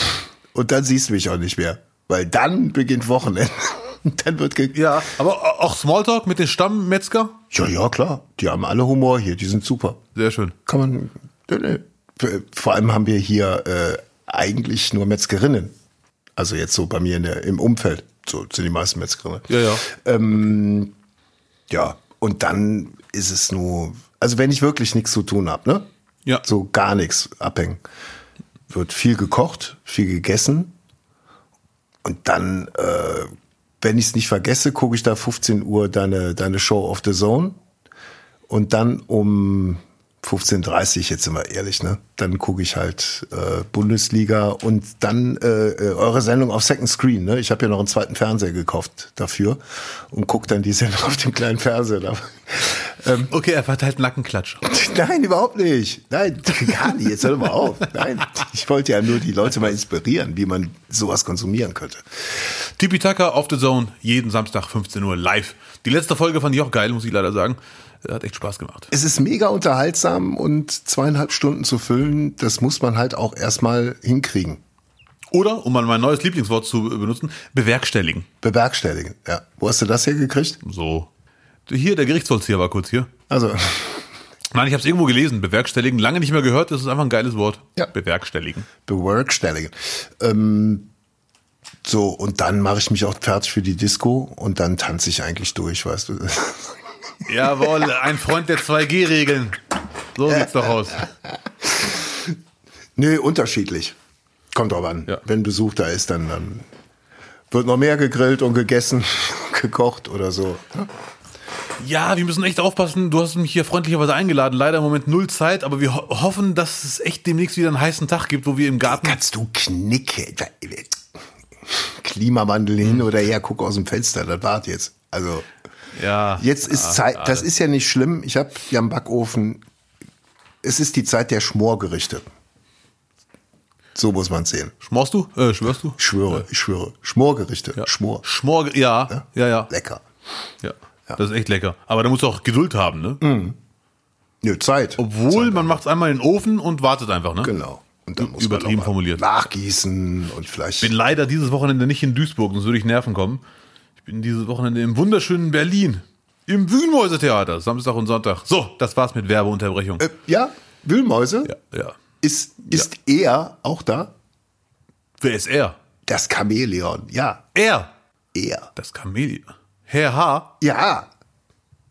S2: und dann siehst du mich auch nicht mehr. Weil dann beginnt Wochenende. dann wird ge
S1: Ja, aber au- auch Smalltalk mit den Stammmetzger?
S2: Ja, ja, klar. Die haben alle Humor hier. Die sind super.
S1: Sehr schön.
S2: Kann man. Nee, nee. Vor allem haben wir hier äh, eigentlich nur Metzgerinnen. Also jetzt so bei mir in der, im Umfeld. So sind die meisten Metzgerinnen.
S1: Ja, ja.
S2: Ähm, ja, und dann ist es nur. Also wenn ich wirklich nichts zu tun habe, ne?
S1: Ja.
S2: So gar nichts abhängen. Wird viel gekocht, viel gegessen Und dann, äh, wenn ich es nicht vergesse, gucke ich da 15 Uhr deine, deine Show of the Zone. Und dann um 15.30 jetzt sind wir ehrlich, ne? Dann gucke ich halt äh, Bundesliga und dann äh, äh, eure Sendung auf Second Screen, ne? Ich habe ja noch einen zweiten Fernseher gekauft dafür und gucke dann die Sendung auf dem kleinen Fernseher. Da.
S1: Okay, er halt verteilt Nackenklatsch.
S2: Nein, überhaupt nicht. Nein, gar nicht. Jetzt hör doch mal auf. Nein, ich wollte ja nur die Leute mal inspirieren, wie man sowas konsumieren könnte.
S1: Tipi Taka auf The Zone, jeden Samstag 15 Uhr live. Die letzte Folge fand ich auch geil, muss ich leider sagen. Hat echt Spaß gemacht.
S2: Es ist mega unterhaltsam und zweieinhalb Stunden zu füllen, das muss man halt auch erstmal hinkriegen.
S1: Oder, um mal mein neues Lieblingswort zu benutzen, bewerkstelligen.
S2: Bewerkstelligen, ja. Wo hast du das hier gekriegt?
S1: So. Hier, der Gerichtsvollzieher war kurz hier.
S2: Also,
S1: Nein, ich habe es irgendwo gelesen. Bewerkstelligen. Lange nicht mehr gehört. Das ist einfach ein geiles Wort.
S2: Ja.
S1: Bewerkstelligen.
S2: bewerkstelligen. Ähm, so, und dann mache ich mich auch fertig für die Disco und dann tanze ich eigentlich durch, weißt du.
S1: Jawohl, ein Freund der 2G-Regeln. So sieht's doch aus.
S2: Nee, unterschiedlich. Kommt drauf an.
S1: Ja.
S2: Wenn Besuch da ist, dann, dann wird noch mehr gegrillt und gegessen, gekocht oder so.
S1: Ja, wir müssen echt aufpassen. Du hast mich hier freundlicherweise eingeladen. Leider im Moment null Zeit, aber wir ho hoffen, dass es echt demnächst wieder einen heißen Tag gibt, wo wir im Garten.
S2: Kannst du knicken? Klimawandel hin oder her, guck aus dem Fenster, das wart jetzt. Also
S1: Ja.
S2: jetzt ist
S1: Ah,
S2: Zeit, das ist ja nicht schlimm. Ich habe ja im Backofen, es ist die Zeit der Schmorgerichte. So muss man sehen.
S1: Schmorst du? Äh, schwörst du?
S2: Ich schwöre, ich schwöre. Schmorgerichte, Schmor.
S1: Schmor.
S2: Ne?
S1: Ja. Ja, ja.
S2: Lecker.
S1: ja. Das ist echt lecker. Aber da musst du auch Geduld haben, ne?
S2: Nö, Mhm. Zeit.
S1: Obwohl, man macht's einmal in den Ofen und wartet einfach, ne?
S2: Genau. Und dann muss
S1: Übertrieben
S2: man auch mal
S1: formuliert.
S2: nachgießen und vielleicht.
S1: bin leider dieses Wochenende nicht in Duisburg, sonst würde ich Nerven kommen. Ich bin dieses Wochenende im wunderschönen Berlin. Im Wühlmäusetheater, Samstag und Sonntag. So, das war's mit Werbeunterbrechung.
S2: äh, ja, Wühlmäuse
S1: ja, ja.
S2: ist, ist er auch da?
S1: Wer ist er?
S2: Das Chamäleon. Ja,
S1: Er!
S2: er.
S1: Das Chameleon. Herr H.
S2: Ja,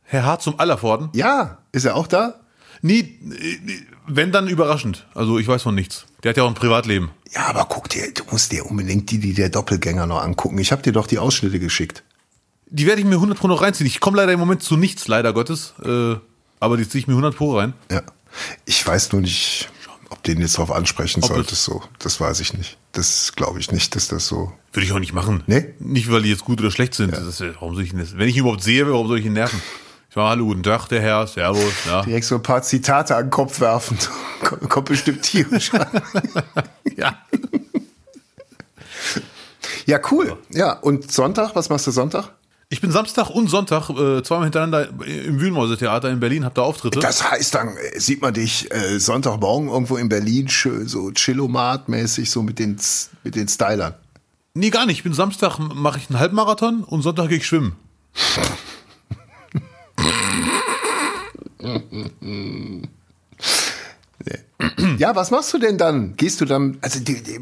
S1: Herr H. zum Allervorden.
S2: ja. Ist er auch da?
S1: Nie, äh, wenn dann überraschend. Also ich weiß von nichts. Der hat ja auch ein Privatleben.
S2: Ja, aber guck dir, du musst dir unbedingt die, die der Doppelgänger noch angucken. Ich habe dir doch die Ausschnitte geschickt.
S1: Die werde ich mir 100 Pro noch reinziehen. Ich komme leider im Moment zu nichts, leider Gottes. Äh, aber die ziehe ich mir 100 Pro rein.
S2: Ja. Ich weiß nur nicht, ob den jetzt drauf ansprechen
S1: es-
S2: solltest so. Das weiß ich nicht. Das glaube ich nicht, dass das so.
S1: Würde ich auch nicht machen.
S2: Nee?
S1: Nicht, weil die jetzt gut oder schlecht sind. Das ist, ja- warum soll ich denn das? Wenn ich ihn überhaupt sehe, warum soll ich ihn nerven? Ich sage, hallo, guten Tag, der Herr, servus. Ja,
S2: Direkt so ein paar Zitate an den Kopf werfen. Kommt bestimmt tierisch an.
S1: ja.
S2: Ja, cool. Ja, und Sonntag, was machst du Sonntag?
S1: Ich bin Samstag und Sonntag äh, zweimal hintereinander im Wühlmäusetheater in Berlin, hab da Auftritte.
S2: Das heißt, dann äh, sieht man dich äh, Sonntagmorgen irgendwo in Berlin schön so Chillomat-mäßig, so mit den, Z- mit den Stylern.
S1: nee, gar nicht. Ich bin Samstag, mache ich einen Halbmarathon und Sonntag gehe ich schwimmen.
S2: Ja, was machst du denn dann? Gehst du dann, also die, die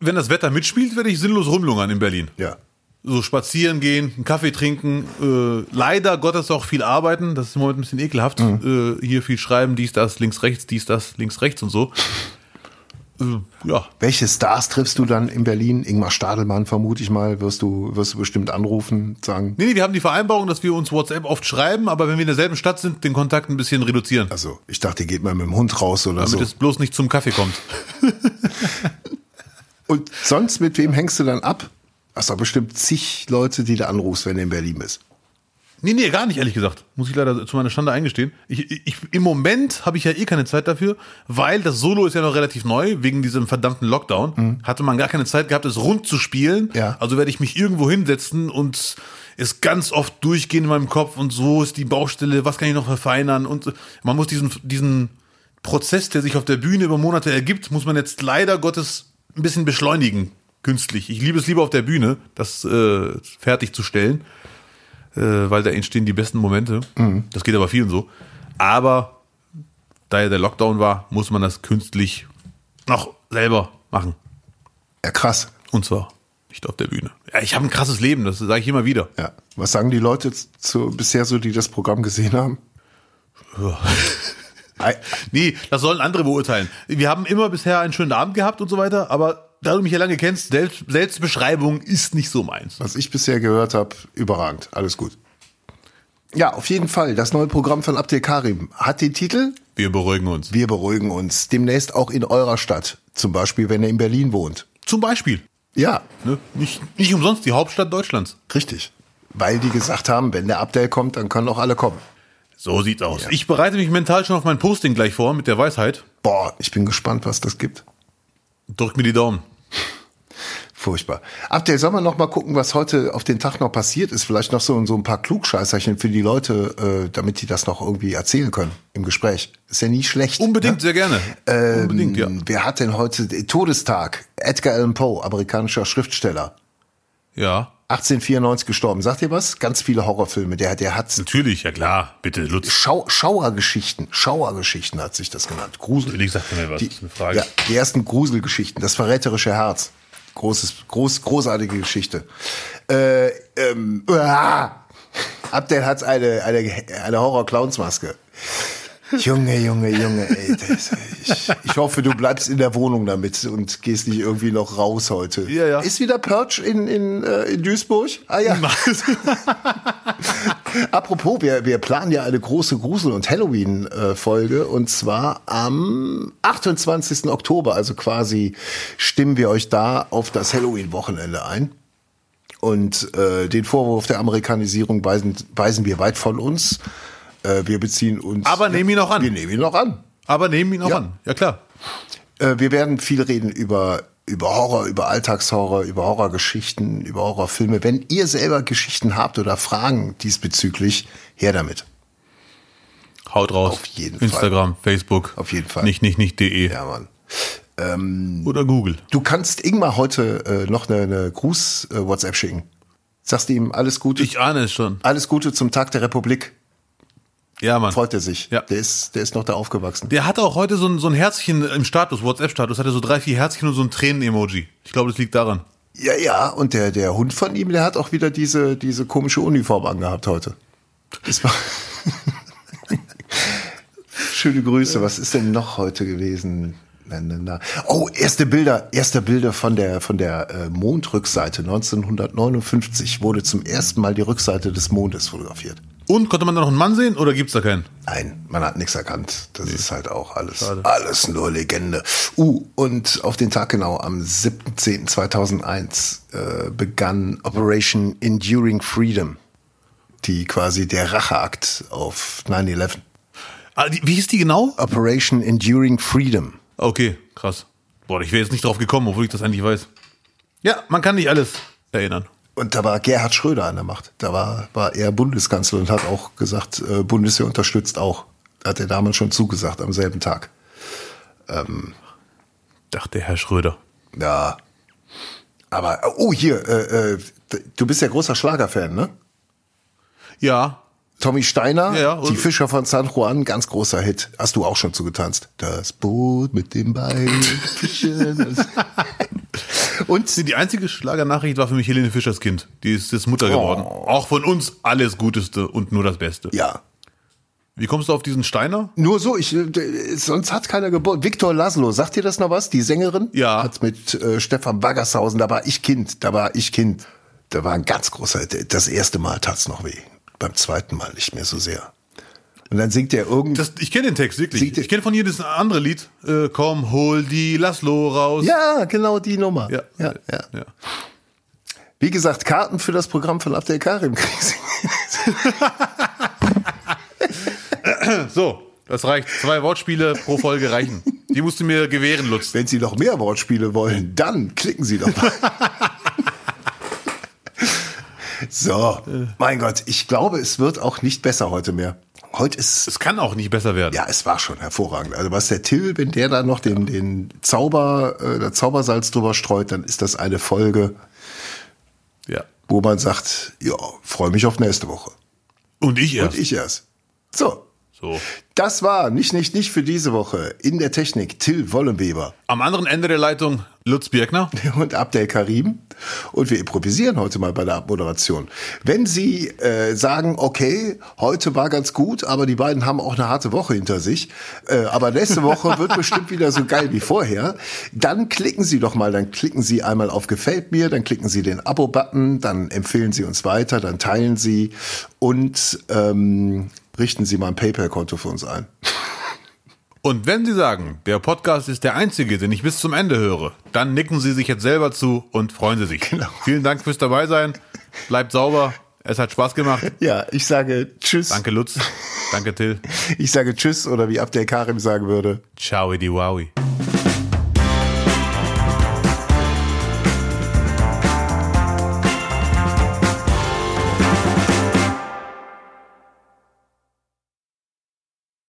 S1: Wenn das Wetter mitspielt, werde ich sinnlos rumlungern in Berlin.
S2: ja.
S1: So spazieren gehen, einen Kaffee trinken, äh, leider Gottes auch viel arbeiten, das ist im Moment ein bisschen ekelhaft. Äh, hier viel schreiben, dies, das, links, rechts, dies, das, links, rechts und so. Äh, ja,
S2: Welche Stars triffst du dann in Berlin? Ingmar Stadelmann vermute ich mal, wirst du, wirst du bestimmt anrufen, sagen.
S1: Nee, nee, wir haben die Vereinbarung, dass wir uns WhatsApp oft schreiben, aber wenn wir in derselben Stadt sind, den Kontakt ein bisschen reduzieren,
S2: Also, ich dachte, geht mal mit dem Hund raus oder
S1: damit
S2: so.
S1: es bloß nicht zum Kaffee kommt.
S2: Und sonst, mit wem hängst du dann ab? Hast doch bestimmt zig Leute, die du anrufst, wenn du in Berlin bist.
S1: Nee, nee, gar nicht, ehrlich gesagt. Muss ich leider zu meiner Schande eingestehen. Ich, ich, Im Moment habe ich ja eh keine Zeit dafür, weil das Solo ist ja noch relativ neu, wegen diesem verdammten Lockdown. Hatte man gar keine Zeit gehabt, es rund zu spielen.
S2: Ja.
S1: Also werde ich mich irgendwo hinsetzen und es ganz oft durchgehen in meinem Kopf und so ist die Baustelle, was kann ich noch verfeinern? Und man muss diesen, diesen Prozess, der sich auf der Bühne über Monate ergibt, muss man jetzt leider Gottes ein bisschen beschleunigen, künstlich. Ich liebe es lieber auf der Bühne, das äh, fertigzustellen äh, weil da entstehen die besten Momente. Das geht aber vielen so. Aber da ja der Lockdown war, muss man das künstlich noch selber machen.
S2: Ja, krass.
S1: Und zwar nicht auf der Bühne. Ja, ich habe ein krasses Leben, das sage ich immer wieder.
S2: Ja. Was sagen die Leute zu, bisher so, die das Programm gesehen haben? Ei-
S1: Nee, das sollen andere beurteilen. Wir haben immer bisher einen schönen Abend gehabt und so weiter, aber da du mich ja lange kennst, Selbst Selbstbeschreibung ist nicht so meins.
S2: Was ich bisher gehört habe, überragend. Alles gut. Ja, auf jeden Fall. Das neue Programm von Abdel Karim hat den Titel
S1: Wir beruhigen uns.
S2: Wir beruhigen uns. Demnächst auch in eurer Stadt. Zum Beispiel, wenn ihr in Berlin wohnt.
S1: Zum Beispiel.
S2: Ja,
S1: Ne? Nicht, nicht umsonst die Hauptstadt Deutschlands.
S2: richtig. Weil die gesagt haben, wenn der Abdel kommt, dann können auch alle kommen.
S1: So sieht's aus. Ich bereite mich mental schon auf mein Posting gleich vor mit der Weisheit.
S2: Boah, ich bin gespannt, was das gibt.
S1: Drück mir die Daumen.
S2: Furchtbar. Abdel, sollen wir noch mal gucken, was heute auf den Tag noch passiert ist? Vielleicht noch so, so ein paar Klugscheißerchen für die Leute, äh, damit die das noch irgendwie erzählen können im Gespräch. Ist ja nie schlecht. ne?
S1: Unbedingt, sehr gerne. Unbedingt, ja.
S2: Wer hat denn heute äh, Todestag? Edgar Allan Poe, amerikanischer Schriftsteller.
S1: Ja.
S2: 1894 gestorben. Sagt ihr was? Ganz viele Horrorfilme. Der, der hat
S1: Natürlich, ja klar. Bitte, Lutz.
S2: Schau, Schauergeschichten. Schauergeschichten hat sich das genannt. Grusel.
S1: Natürlich sagt er mir was.
S2: Die,
S1: Das ist eine Frage.
S2: Ja, die ersten Gruselgeschichten. Das verräterische Herz. Großes, groß, großartige Geschichte. Äh, ähm, uah. Abdel hat eine, eine, eine Horror-Clowns-Maske. Junge, Junge, Junge, ey, das, ich, ich hoffe, du bleibst in der Wohnung damit und gehst nicht irgendwie noch raus heute.
S1: Ja, ja.
S2: Ist wieder Purge in, in, äh, in Duisburg? Ah ja. Apropos, wir, wir planen ja eine große Grusel- und Halloween-Folge äh, und zwar am 28. Oktober. Also quasi stimmen wir euch da auf das Halloween-Wochenende ein. Und äh, den Vorwurf der Amerikanisierung weisen, weisen wir weit von uns. Äh, wir beziehen uns.
S1: Aber nehmen ihn auch
S2: Wir
S1: an.
S2: nehmen ihn noch an.
S1: Aber nehmen ihn auch
S2: Ja.
S1: an. Ja klar.
S2: Äh, wir werden viel reden über, über Horror, über Alltagshorror, über Horrorgeschichten, über Horrorfilme. Wenn ihr selber Geschichten habt oder Fragen diesbezüglich, her damit.
S1: Haut raus.
S2: Auf jeden Fall.
S1: Instagram, Facebook.
S2: Auf jeden Fall.
S1: Nicht, nicht, nicht.de.
S2: Ja, Mann. Ähm,
S1: Oder Google.
S2: Du kannst Ingmar heute äh, noch eine, eine Gruß-WhatsApp schicken. Sagst ihm alles Gute.
S1: Ich ahne es schon.
S2: alles Gute zum Tag der Republik.
S1: Ja, Mann.
S2: Freut er sich.
S1: Ja.
S2: Der, ist, der ist noch da aufgewachsen.
S1: Der hat auch heute so ein, so ein Herzchen im Status, WhatsApp-Status, hat er so drei, vier Herzchen und so ein Tränen-Emoji. Ich glaube, das liegt daran.
S2: Ja, ja. Und der, der Hund von ihm, der hat auch wieder diese, diese komische Uniform angehabt heute. Das war Schöne Grüße. Was ist denn noch heute gewesen? Na, na, na. Oh, erste Bilder, erste Bilder von der, von der äh, Mondrückseite. 1959 wurde zum ersten Mal die Rückseite des Mondes fotografiert.
S1: Und konnte man da noch einen Mann sehen oder gibt's da keinen?
S2: Nein, man hat nichts erkannt. Das ist halt auch alles, alles nur Legende. Uh, und auf den Tag genau, am 7.10.2001 äh, begann Operation Enduring Freedom, die quasi der Racheakt auf 9-11.
S1: Ah, die, wie hieß die genau?
S2: Operation Enduring Freedom.
S1: Okay, krass. Boah, ich wäre jetzt nicht drauf gekommen, obwohl ich das eigentlich weiß. Ja, man kann nicht alles erinnern.
S2: Und da war Gerhard Schröder an der Macht. Da war, war er Bundeskanzler und hat auch gesagt, äh, Bundeswehr unterstützt auch. Hat er damals schon zugesagt, am selben Tag.
S1: Dachte Herr Schröder.
S2: Ja. Aber, oh, hier, äh, äh, du bist ja großer Schlagerfan, ne?
S1: Ja,
S2: Tommy Steiner,
S1: Ja, ja, und-
S2: die Fischer von San Juan, ganz großer Hit. Hast du auch schon zugetanzt. Das Boot mit den beiden Fischen. und
S1: nee, die einzige Schlagernachricht war für mich Helene Fischers Kind. Die ist jetzt Mutter geworden. Auch von uns alles Guteste und nur das Beste.
S2: Oh. ja,
S1: Wie kommst du auf diesen Steiner?
S2: nur so, ich, äh, sonst hat keiner geboren. Viktor Laszlo, sagt dir das noch was? Die Sängerin?
S1: Ja.
S2: Hat mit äh, Stefan Baggershausen, da war ich Kind, da war ich Kind. Da war ein ganz großer Hit. Das erste Mal tat's noch weh. Beim zweiten Mal nicht mehr so sehr. Und dann singt er irgend
S1: Das, ich kenne den Text wirklich.
S2: Sieht-
S1: Ich kenne von ihr das andere Lied. Äh, komm, hol die Laszlo raus.
S2: Ja, genau die Nummer. Ja, ja, ja.
S1: ja.
S2: Wie gesagt, Karten für das Programm von Abdel Karim kriegen Sie.
S1: So, das reicht. Zwei Wortspiele pro Folge reichen. Die musst du mir gewähren, Lutz.
S2: Wenn Sie noch mehr Wortspiele wollen, dann klicken Sie doch mal. so, mein Gott, ich glaube, es wird auch nicht besser heute mehr. Heute ist,
S1: Es kann auch nicht besser werden.
S2: ja, es war schon hervorragend. Also was der Till, wenn der da noch den, den Zauber, äh, das Zaubersalz drüber streut, dann ist das eine Folge,
S1: Ja.
S2: wo man sagt, ja, freue mich auf nächste Woche.
S1: Und ich erst.
S2: Und ich erst. So,
S1: So.
S2: Das war nicht, nicht, nicht für diese Woche. In der Technik Till Wollenweber
S1: Am anderen Ende der Leitung Lutz Birkner.
S2: und Abdel Karim. Und wir improvisieren heute mal bei der Abmoderation. Wenn Sie äh, sagen, okay, heute war ganz gut, aber die beiden haben auch eine harte Woche hinter sich, äh, aber nächste Woche wird bestimmt wieder so geil wie vorher, dann klicken Sie doch mal, dann klicken Sie einmal auf Gefällt mir, dann klicken Sie den Abo-Button, dann empfehlen Sie uns weiter, dann teilen Sie und ähm, richten Sie mal ein PayPal-Konto für uns ein.
S1: Und wenn Sie sagen, der Podcast ist der einzige, den ich bis zum Ende höre, dann nicken Sie sich jetzt selber zu und freuen Sie sich.
S2: Genau.
S1: Vielen Dank fürs Dabeisein. Bleibt sauber. Es hat Spaß gemacht.
S2: Ja, ich sage Tschüss.
S1: Danke, Lutz. Danke, Till.
S2: Ich sage Tschüss oder wie Abdel Karim sagen würde,
S1: Ciao, Idiwawi.